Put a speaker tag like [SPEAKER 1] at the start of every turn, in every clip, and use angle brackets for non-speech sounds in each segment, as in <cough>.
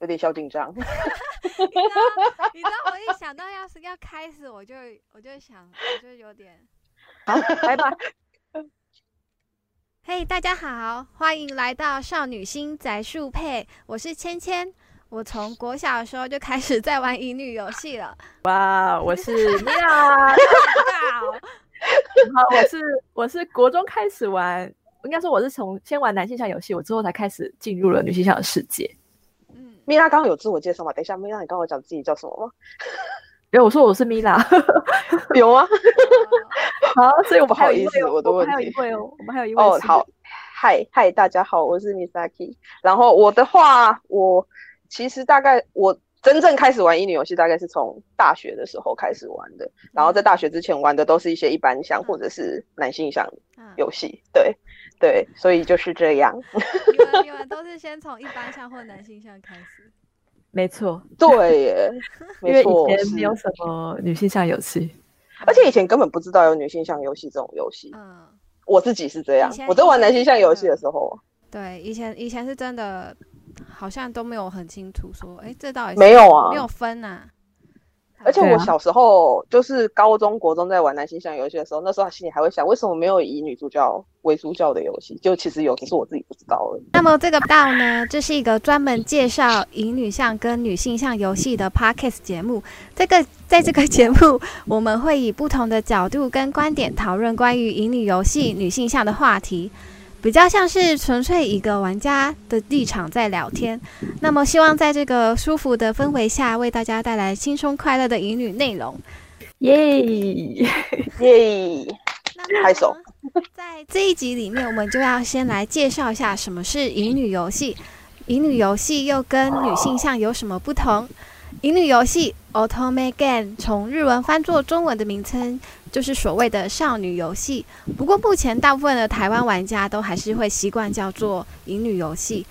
[SPEAKER 1] 有点小紧张。 <laughs>
[SPEAKER 2] 你知道， <laughs> 你知道，我一想到要是要开始，我就我就想，我就有点。
[SPEAKER 1] 好，拜拜。
[SPEAKER 2] 嘿、大家好，欢迎来到少女心宅树配，我是芊芊。我从国小的时候就开始在玩乙女游戏了，
[SPEAKER 3] 哇，呃我是米娅，然后我是我是国中开始玩，应该说我是从先玩男性向游戏，我之后才开始进入了女性向的世界。
[SPEAKER 2] 嗯，
[SPEAKER 1] 米拉刚刚有自我介绍吗？等一下，米拉，你刚刚有讲自己叫什么吗？ <laughs>
[SPEAKER 3] 因为我说我是米拉，
[SPEAKER 1] 有吗？
[SPEAKER 3] 好， <laughs> 所以我
[SPEAKER 1] 不
[SPEAKER 3] 们还
[SPEAKER 1] 好
[SPEAKER 3] 有一
[SPEAKER 1] 意
[SPEAKER 3] 位
[SPEAKER 1] 思
[SPEAKER 3] 哦，
[SPEAKER 1] 我的
[SPEAKER 3] 们
[SPEAKER 1] 问
[SPEAKER 3] 还有
[SPEAKER 1] 题
[SPEAKER 3] 一位哦，我们还有一位
[SPEAKER 1] 哦，
[SPEAKER 3] 是
[SPEAKER 1] 好，嗨嗨，大家好，我是 Misaki。然后我的话，我其实大概我真正开始玩乙女游戏，大概是从大学的时候开始玩的。然后在大学之前玩的都是一些一般向或者是男性向
[SPEAKER 2] 嗯，
[SPEAKER 1] 游戏，对对，所以就是这样。
[SPEAKER 2] 你们你们都是先从一般向或男性向开始，
[SPEAKER 3] 没错，
[SPEAKER 1] 对耶，
[SPEAKER 3] 因为
[SPEAKER 1] 没
[SPEAKER 3] 以
[SPEAKER 1] 错，
[SPEAKER 3] 前没有
[SPEAKER 1] 是
[SPEAKER 3] 什么女性向游戏，
[SPEAKER 1] <laughs> 而且以前根本不知道有女性向游戏这种游戏，
[SPEAKER 2] 嗯，
[SPEAKER 1] 我自己是这样
[SPEAKER 2] 以前。
[SPEAKER 1] 我在玩男性向游戏
[SPEAKER 2] 以前
[SPEAKER 1] 的时候，
[SPEAKER 2] 嗯对，以前以前是真的，好像都没有很清楚说，哎，这到底是
[SPEAKER 1] 没有啊
[SPEAKER 2] 没有分呐、
[SPEAKER 1] 而且
[SPEAKER 3] 对
[SPEAKER 1] 我
[SPEAKER 3] 啊
[SPEAKER 1] 小时候就是高中、国中在玩男性向游戏的时候，那时候心里还会想，为什么没有以女主角为主角的游戏？就其实有，只是我自己不知道而已。
[SPEAKER 2] 那么这个道呢，这是一个专门介绍乙女向跟女性向游戏的 podcast 节目。这个在这个 <laughs> 节目，我们会以不同的角度跟观点讨论关于乙女游戏、女性向的话题，比较像是纯粹一个玩家的立场在聊天。那么希望在这个舒服的氛围下，为大家带来轻松快乐的乙女内容。
[SPEAKER 3] 耶！
[SPEAKER 1] 耶、
[SPEAKER 2] 那
[SPEAKER 1] 拍
[SPEAKER 2] 么
[SPEAKER 1] 手
[SPEAKER 2] 呢在这一集里面，我们就要先来介绍一下什么是乙女游戏，乙女游戏又跟女性向有什么不同？乙女游戏 （Otome Game） 从日文翻作中文的名称就是所谓的少女游戏。不过，目前大部分的台湾玩家都还是会习惯叫做乙女游戏。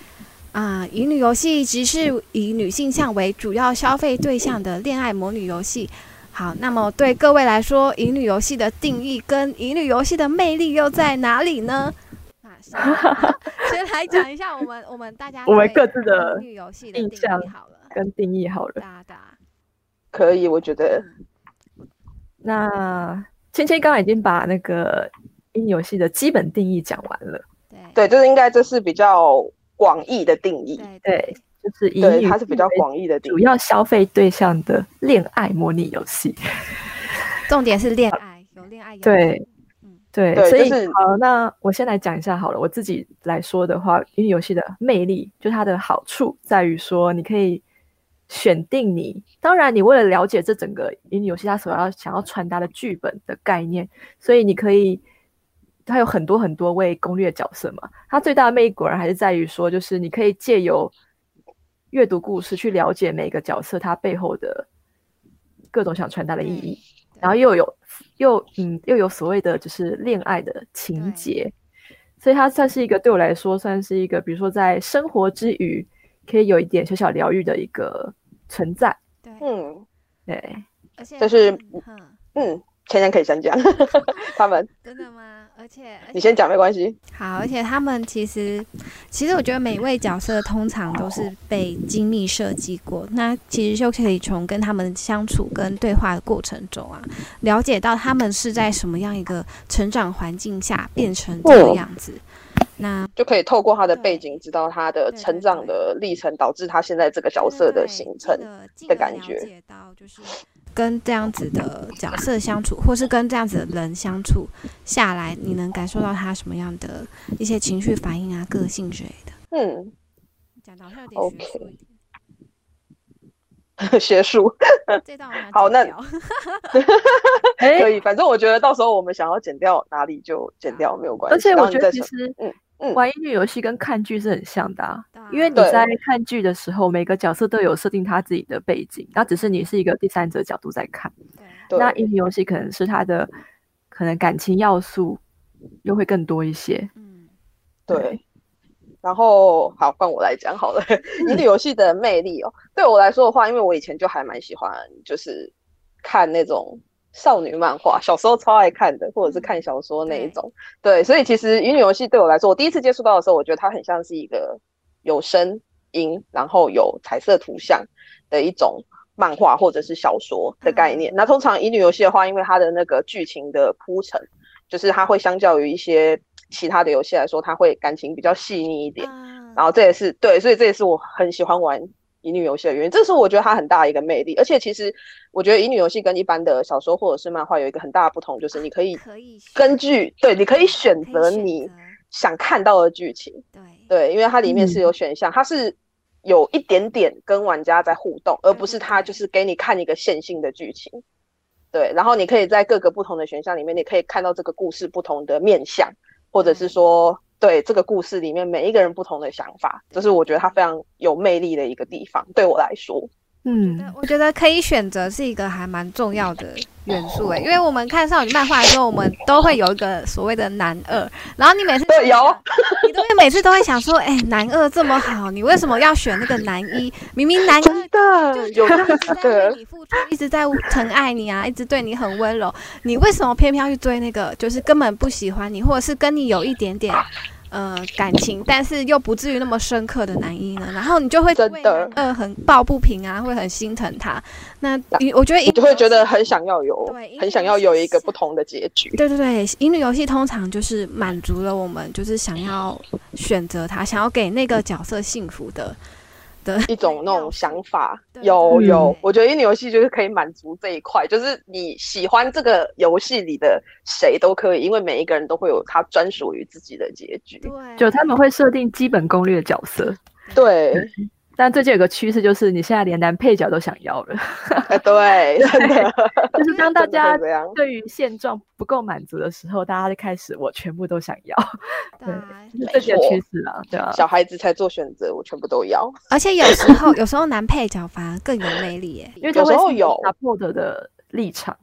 [SPEAKER 2] 啊、乙女游戏即是以女性向为主要消费对象的恋爱魔女游戏，好，那么对各位来说，乙女游戏的定义跟乙女游戏的魅力又在哪里呢？那先
[SPEAKER 3] <laughs>
[SPEAKER 2] 先来讲一下我们我们大家
[SPEAKER 3] 我们
[SPEAKER 2] 对
[SPEAKER 3] 各自的
[SPEAKER 2] 乙女游戏的定
[SPEAKER 3] 印
[SPEAKER 2] 义
[SPEAKER 3] 象
[SPEAKER 2] 好了，
[SPEAKER 3] <laughs> 跟定义好了，
[SPEAKER 2] 大家
[SPEAKER 1] <laughs> 可以，我觉得
[SPEAKER 3] 那芊芊刚刚已经把那个音游戏的基本定义讲完了，
[SPEAKER 1] 对，
[SPEAKER 2] 对
[SPEAKER 1] 就是应该这是比较广义的定义，
[SPEAKER 2] 对
[SPEAKER 3] 对，就是以
[SPEAKER 1] 对，
[SPEAKER 3] 女
[SPEAKER 1] 它是比
[SPEAKER 3] 性
[SPEAKER 1] 较
[SPEAKER 3] 为
[SPEAKER 1] 广义的定
[SPEAKER 3] 主
[SPEAKER 1] 义。
[SPEAKER 3] 要消费对象的恋爱模拟游戏。
[SPEAKER 2] 重点是恋爱，有恋爱有
[SPEAKER 3] 对对，
[SPEAKER 1] 对
[SPEAKER 3] 所
[SPEAKER 1] 就
[SPEAKER 3] 以、
[SPEAKER 1] 是
[SPEAKER 3] 好，那我先来讲一下好了。我自己来说的话，因为游戏的魅力，就它的好处在于说，你可以选定你。当然，你为了了解这整个因为游戏它所要想要传达的剧本的概念，所以你可以，它有很多很多位攻略角色嘛。它最大的魅力果然还是在于说，就是你可以借由阅读故事去了解每个角色它背后的各种想传达的意义。然后又有又嗯又有所谓的就是恋爱的情
[SPEAKER 2] 对
[SPEAKER 3] 节，所以它算是一个对我来说算是一个，比如说在生活之余可以有一点小小疗愈的一个存在。
[SPEAKER 2] 对，
[SPEAKER 1] 嗯 <laughs>
[SPEAKER 3] 对，
[SPEAKER 2] 而且
[SPEAKER 1] 就是
[SPEAKER 2] 嗯哼
[SPEAKER 1] 嗯，前天可以先讲， <laughs> 他们
[SPEAKER 2] 真的吗？而且而
[SPEAKER 1] 你
[SPEAKER 2] 且
[SPEAKER 1] 先讲没关系。
[SPEAKER 2] 好，而且他们其实，其实我觉得每位角色通常都是被精密设计过，那其实就可以从跟他们相处跟对话的过程中啊，了解到他们是在什么样一个成长环境下变成这
[SPEAKER 1] 哦
[SPEAKER 2] 个样子。那
[SPEAKER 1] 就可以透过他的背
[SPEAKER 2] 对
[SPEAKER 1] 景，知道他的
[SPEAKER 2] 对
[SPEAKER 1] 成
[SPEAKER 2] 对
[SPEAKER 1] 长
[SPEAKER 2] 对
[SPEAKER 1] 的历程，导致他现在这个角色的
[SPEAKER 2] 对
[SPEAKER 1] 形成。
[SPEAKER 2] 进
[SPEAKER 1] 的
[SPEAKER 2] 而
[SPEAKER 1] 感
[SPEAKER 2] 了
[SPEAKER 1] 觉
[SPEAKER 2] 解到就是跟这样子的角色相处，或是跟这样子的人相处下来，你能感受到他什么样的一些情绪反应啊、个性之类的。
[SPEAKER 1] 嗯， <laughs>
[SPEAKER 2] 讲到像有点学术
[SPEAKER 1] OK
[SPEAKER 2] 一点。
[SPEAKER 1] 学术
[SPEAKER 2] 这段我想
[SPEAKER 1] 好
[SPEAKER 2] 剪
[SPEAKER 1] 那
[SPEAKER 2] 掉 <laughs>
[SPEAKER 3] 哎
[SPEAKER 1] 可以，反正我觉得到时候我们想要剪掉哪里就剪掉，没有关系。
[SPEAKER 3] 而且
[SPEAKER 1] 然
[SPEAKER 3] 我
[SPEAKER 1] 后
[SPEAKER 3] 觉
[SPEAKER 1] 你再
[SPEAKER 3] 得其
[SPEAKER 1] 想
[SPEAKER 3] 实
[SPEAKER 1] 嗯嗯
[SPEAKER 3] 玩音乐游戏跟看剧是很像的、啊。
[SPEAKER 2] 对啊
[SPEAKER 3] 因为你
[SPEAKER 1] 对
[SPEAKER 3] 在看剧的时候，每个角色都有设定他自己的背景，那只是你是一个第三者角度在看。
[SPEAKER 2] 对
[SPEAKER 1] 对
[SPEAKER 3] 那音乐游戏可能是他的可能感情要素又会更多一些。
[SPEAKER 2] 嗯，
[SPEAKER 1] 对，然后好，换我来讲好了。 <laughs> 乙女游戏的魅力哦，对我来说的话，因为我以前就还蛮喜欢，就是看那种少女漫画，小时候超爱看的，或者是看小说那一
[SPEAKER 2] 对
[SPEAKER 1] 种。对，所以其实乙女游戏对我来说，我第一次接触到的时候，我觉得它很像是一个有声。音，然后有彩色图像的一种漫画或者是小说的概念。那通常乙女游戏的话，因为它的那个剧情的铺陈，就是它会相较于一些其他的游戏来说，它会感情比较细腻一点。
[SPEAKER 2] 嗯
[SPEAKER 1] 然后这也是对，所以这也是我很喜欢玩乙女游戏的原因。这是我觉得它很大的一个魅力，而且其实我觉得乙女游戏跟一般的小说或者是漫画有一个很大的不同，就是你可以
[SPEAKER 2] 可以选
[SPEAKER 1] 根据对，你可以选
[SPEAKER 2] 可以
[SPEAKER 1] 择
[SPEAKER 2] 选
[SPEAKER 1] 你
[SPEAKER 2] 择
[SPEAKER 1] 想看到的剧情。
[SPEAKER 2] 对
[SPEAKER 1] 对，因为它里面是有选项，它是有一点点跟玩家在互动，而不是它就是给你看一个线性的剧情。对，然后你可以在各个不同的选项里面，你可以看到这个故事不同的面向，或者是说对这个故事里面每一个人不同的想法，这是我觉得它非常有魅力的一个地方。对我来说，
[SPEAKER 3] 嗯，
[SPEAKER 2] 对我觉得可以选择是一个还蛮重要的元素诶，因为我们看少女漫画的时候，我们都会有一个所谓的男二，然后你每次
[SPEAKER 1] 对有
[SPEAKER 2] 你都会每次都会想说，哎、男二这么好，你为什么要选那个男一？明明男一
[SPEAKER 1] 真的
[SPEAKER 2] <laughs>
[SPEAKER 1] <laughs> 有
[SPEAKER 2] 就他一
[SPEAKER 1] 这
[SPEAKER 2] 直在
[SPEAKER 1] 个
[SPEAKER 2] 为。你付出，一直在疼爱你啊，一直对你很温柔，你为什么偏偏要去追那个就是根本不喜欢你，或者是跟你有一点点呃感情，但是又不至于那么深刻的男一呢？然后你就会
[SPEAKER 1] 真
[SPEAKER 2] 为
[SPEAKER 1] 的
[SPEAKER 2] 男二很抱不平啊，会很心疼他。那你我觉得
[SPEAKER 1] 啊你就会觉得很想要有
[SPEAKER 2] 对因为，
[SPEAKER 1] 很想要有一个不同的结局。
[SPEAKER 2] 对对对，乙女游戏通常就是满足了我们，就是想要选择他，想要给那个角色幸福的的
[SPEAKER 1] 一种那种想法
[SPEAKER 2] 对，
[SPEAKER 1] 有
[SPEAKER 3] 对
[SPEAKER 1] 有
[SPEAKER 2] 对，
[SPEAKER 1] 我觉得乙女游戏就是可以满足这一块，就是你喜欢这个游戏里的谁都可以，因为每一个人都会有他专属于自己的结局。
[SPEAKER 2] 对，
[SPEAKER 3] 就他们会设定基本攻略的角色，
[SPEAKER 1] 对，
[SPEAKER 3] 但最近有个趋势就是你现在连男配角都想要了，
[SPEAKER 1] <laughs> 哎对，真
[SPEAKER 3] <laughs>
[SPEAKER 1] 的，
[SPEAKER 3] 就是当大
[SPEAKER 1] 真的
[SPEAKER 3] 家
[SPEAKER 1] 会这样，
[SPEAKER 3] 对于现状不够满足的时候，大家就开始我全部都想要，
[SPEAKER 2] 对啊。
[SPEAKER 3] 就是这些趋势啊，对啊，
[SPEAKER 1] 小孩子才做选择，我全部都要。
[SPEAKER 2] 而且有时候，有时候男配角反而更有魅力耶。
[SPEAKER 3] 因为他
[SPEAKER 1] 有时候
[SPEAKER 3] 会
[SPEAKER 1] 有
[SPEAKER 3] 打破的的立场，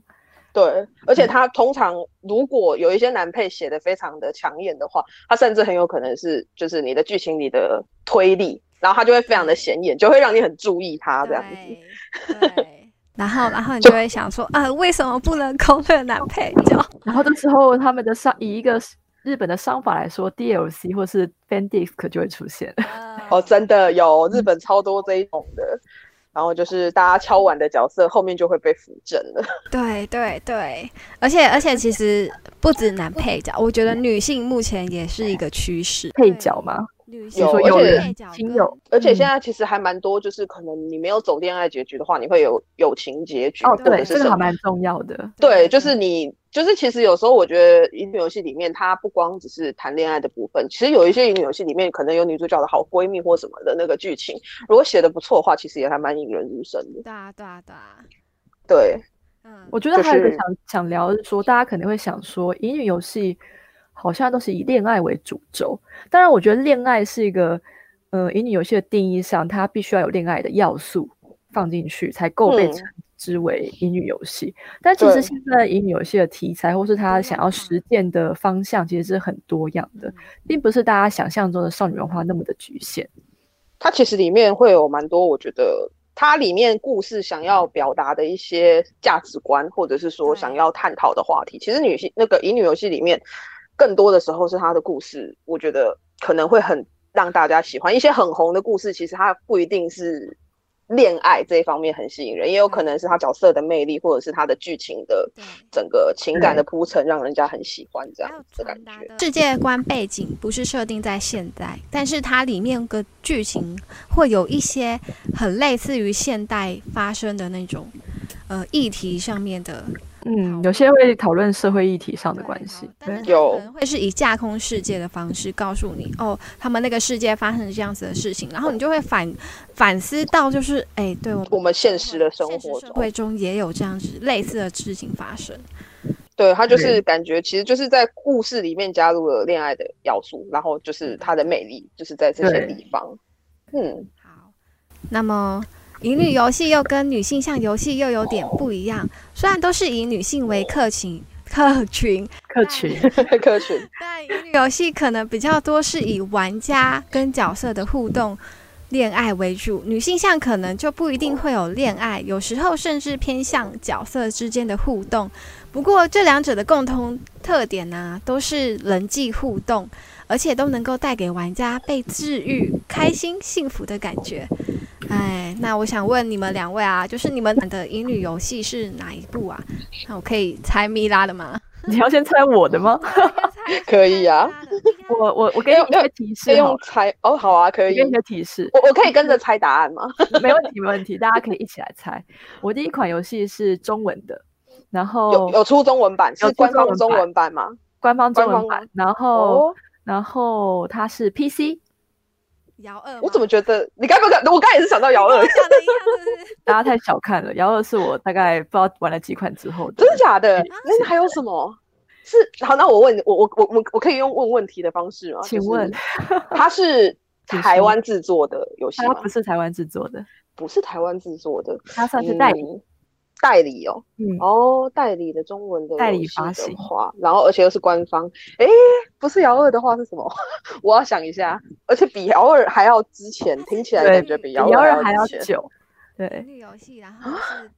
[SPEAKER 1] 对，而且他通常如果有一些男配写的非常的抢眼的话，他甚至很有可能是就是你的剧情里的推力，然后他就会非常的显眼，就会让你很注意他这样子。
[SPEAKER 3] <laughs>
[SPEAKER 2] 对，对然后，然后你就会想说啊，为什么不能攻略男配
[SPEAKER 3] <laughs>
[SPEAKER 2] 角？
[SPEAKER 3] 然后这时候他们的商以一个日本的商法来说，DLC 或是 Fan Disc 就会出现。
[SPEAKER 1] 哦，真的有日本超多这一种的，然后就是大家敲碗的角色后面就会被扶正了。
[SPEAKER 2] 对对对，而且而且，其实不止男配角，我觉得女性目前也是一个趋势。
[SPEAKER 3] 配角吗？
[SPEAKER 2] 女性
[SPEAKER 1] 有
[SPEAKER 3] 说
[SPEAKER 1] 而
[SPEAKER 3] 有
[SPEAKER 1] 且
[SPEAKER 2] 配
[SPEAKER 3] 人
[SPEAKER 2] 角跟
[SPEAKER 3] 亲友
[SPEAKER 1] 而且
[SPEAKER 3] 嗯
[SPEAKER 1] 现在其实还蛮多，就是可能你没有走恋爱结局的话，你会有友情结局，
[SPEAKER 3] 哦，
[SPEAKER 1] 或
[SPEAKER 3] 对，
[SPEAKER 1] 者
[SPEAKER 3] 这
[SPEAKER 1] 是
[SPEAKER 3] 个
[SPEAKER 1] 什
[SPEAKER 3] 还
[SPEAKER 1] 么？
[SPEAKER 3] 蛮重要的。
[SPEAKER 1] 对，就是你，就是其实有时候我觉得乙女游戏里面，它不光只是谈恋爱的部分，其实有一些乙女游戏里面可能有女主角的好闺蜜或什么的那个剧情，如果写的不错的话，其实也还蛮引人入胜的。
[SPEAKER 2] 对啊对啊对啊，
[SPEAKER 1] 对，
[SPEAKER 2] 嗯，
[SPEAKER 3] 我觉得还有
[SPEAKER 1] 就
[SPEAKER 3] 一个
[SPEAKER 1] 是
[SPEAKER 3] 想想聊的是说，大家可能会想说，乙女游戏好像都是以恋爱为主轴。当然，我觉得恋爱是一个，呃，乙女游戏的定义上，它必须要有恋爱的要素放进去，才够被
[SPEAKER 1] 嗯
[SPEAKER 3] 称之为乙女游戏。但其实
[SPEAKER 1] 对
[SPEAKER 3] 现在乙女游戏的题材，或是
[SPEAKER 2] 多
[SPEAKER 3] 它
[SPEAKER 2] 样
[SPEAKER 3] 想要
[SPEAKER 2] 化
[SPEAKER 3] 实践的方向，其实是很多样的，并不是大家想象中的少女文化那么的局限。
[SPEAKER 1] 它其实里面会有蛮多，我觉得它里面故事想要表达的一些价值观，或者是说
[SPEAKER 2] 嗯对
[SPEAKER 1] 想要探讨的话题，其实女性那个乙女游戏里面，更多的时候是她的故事，我觉得可能会很让大家喜欢。一些很红的故事，其实它不一定是恋爱这一方面很吸引人，也有可能是她角色的魅力，或者是她的剧情的
[SPEAKER 2] 嗯对。
[SPEAKER 1] 整个情感的铺陈，让人家很喜欢这样
[SPEAKER 2] 还有
[SPEAKER 1] 子的感
[SPEAKER 2] 传达
[SPEAKER 1] 觉。
[SPEAKER 2] 的世界观背景不是设定在现代，但是它里面的剧情会有一些很类似于现代发生的那种呃议题上面的
[SPEAKER 3] 嗯
[SPEAKER 2] 好，
[SPEAKER 3] 有些会讨论社会议题上的关系。
[SPEAKER 2] 但是
[SPEAKER 1] 对有
[SPEAKER 2] 它可能会是以架空世界的方式告诉你，哦，他们那个世界发生了这样子的事情，然后你就会反反思到，就是哎、对我们
[SPEAKER 1] 我们现实的生
[SPEAKER 2] 现实
[SPEAKER 1] 活
[SPEAKER 2] 社
[SPEAKER 1] 中，
[SPEAKER 2] 会中也有这样子类似的事情发生。
[SPEAKER 1] 对他就
[SPEAKER 3] 对
[SPEAKER 1] 是感觉，其实就是在故事里面加入了恋爱的要素，然后就是它的魅力就是在这些
[SPEAKER 3] 对
[SPEAKER 1] 地方。嗯， <laughs>
[SPEAKER 2] 好，那么乙女游戏又跟女性向游戏又有点不一样，虽然都是以女性为客群客群，
[SPEAKER 3] 客群，
[SPEAKER 1] 客
[SPEAKER 3] <laughs>
[SPEAKER 1] 群
[SPEAKER 2] 但乙女游戏可能比较多是以玩家跟角色的互动。恋爱为主，女性向可能就不一定会有恋爱，有时候甚至偏向角色之间的互动。不过这两者的共同特点呢、都是人际互动，而且都能够带给玩家被治愈、开心、幸福的感觉。哎，那我想问你们两位啊，就是你们玩的乙女游戏是哪一部啊？那我可以猜米拉的吗？
[SPEAKER 3] 你要先
[SPEAKER 1] <laughs>
[SPEAKER 2] <laughs>
[SPEAKER 3] 猜我的吗？
[SPEAKER 1] 可以啊，
[SPEAKER 3] 我我我给你一个提示
[SPEAKER 1] 先
[SPEAKER 3] 好
[SPEAKER 1] 用
[SPEAKER 3] 了，
[SPEAKER 1] 猜哦，好啊，可
[SPEAKER 3] 我
[SPEAKER 1] 以
[SPEAKER 3] 给。你一个提示，
[SPEAKER 1] 我我可以跟着猜答案吗？
[SPEAKER 3] 没问题没问题，大家可以一起来猜。我第一款游戏是中文的，然后
[SPEAKER 1] 有有出中文版，
[SPEAKER 3] 哦有
[SPEAKER 1] 是
[SPEAKER 3] 出
[SPEAKER 1] 官
[SPEAKER 3] 中
[SPEAKER 1] 方
[SPEAKER 3] 文
[SPEAKER 1] 中
[SPEAKER 3] 版
[SPEAKER 1] 文版吗？
[SPEAKER 3] 官方中
[SPEAKER 1] 官
[SPEAKER 3] 文
[SPEAKER 1] 方
[SPEAKER 3] 版，然后
[SPEAKER 1] 哦，
[SPEAKER 3] 然后它是 PC，
[SPEAKER 1] <laughs>
[SPEAKER 2] 姚二吗，
[SPEAKER 1] 我怎么觉得你刚刚讲，我刚才也是想到姚二
[SPEAKER 2] 我，想的一样，是
[SPEAKER 1] <laughs>
[SPEAKER 2] 不是？
[SPEAKER 3] 大家太小看了。然后是我大概不知道玩了几款之后的
[SPEAKER 1] 真的假的？那那还有什么？是好，那我问我我我我我可以用问问题的方式吗？
[SPEAKER 3] 请
[SPEAKER 1] 就是
[SPEAKER 3] 问
[SPEAKER 1] 它是
[SPEAKER 3] 请
[SPEAKER 1] 台
[SPEAKER 3] 说
[SPEAKER 1] 湾制作的游戏
[SPEAKER 3] 它
[SPEAKER 1] 吗
[SPEAKER 3] 不？是台湾制作的，
[SPEAKER 1] 不是台湾制作的，
[SPEAKER 3] 它算是代理，
[SPEAKER 1] 嗯代理哦，
[SPEAKER 3] 嗯，
[SPEAKER 1] 哦，代理的中文的
[SPEAKER 3] 代
[SPEAKER 1] 游
[SPEAKER 3] 理
[SPEAKER 1] 戏
[SPEAKER 3] 发
[SPEAKER 1] 的
[SPEAKER 3] 行
[SPEAKER 1] 话，然后而且又是官方，诶，不是姚二的话是什么？ <laughs> 我要想一下，而且比姚二还要之前，听起来
[SPEAKER 3] 对
[SPEAKER 1] 感觉比
[SPEAKER 2] 比
[SPEAKER 1] 姚
[SPEAKER 3] 姚
[SPEAKER 1] 二
[SPEAKER 3] 二还要
[SPEAKER 1] 之前。
[SPEAKER 3] 久，对
[SPEAKER 1] <laughs>
[SPEAKER 2] 乙。女游戏，然后
[SPEAKER 1] <gasps>
[SPEAKER 2] 是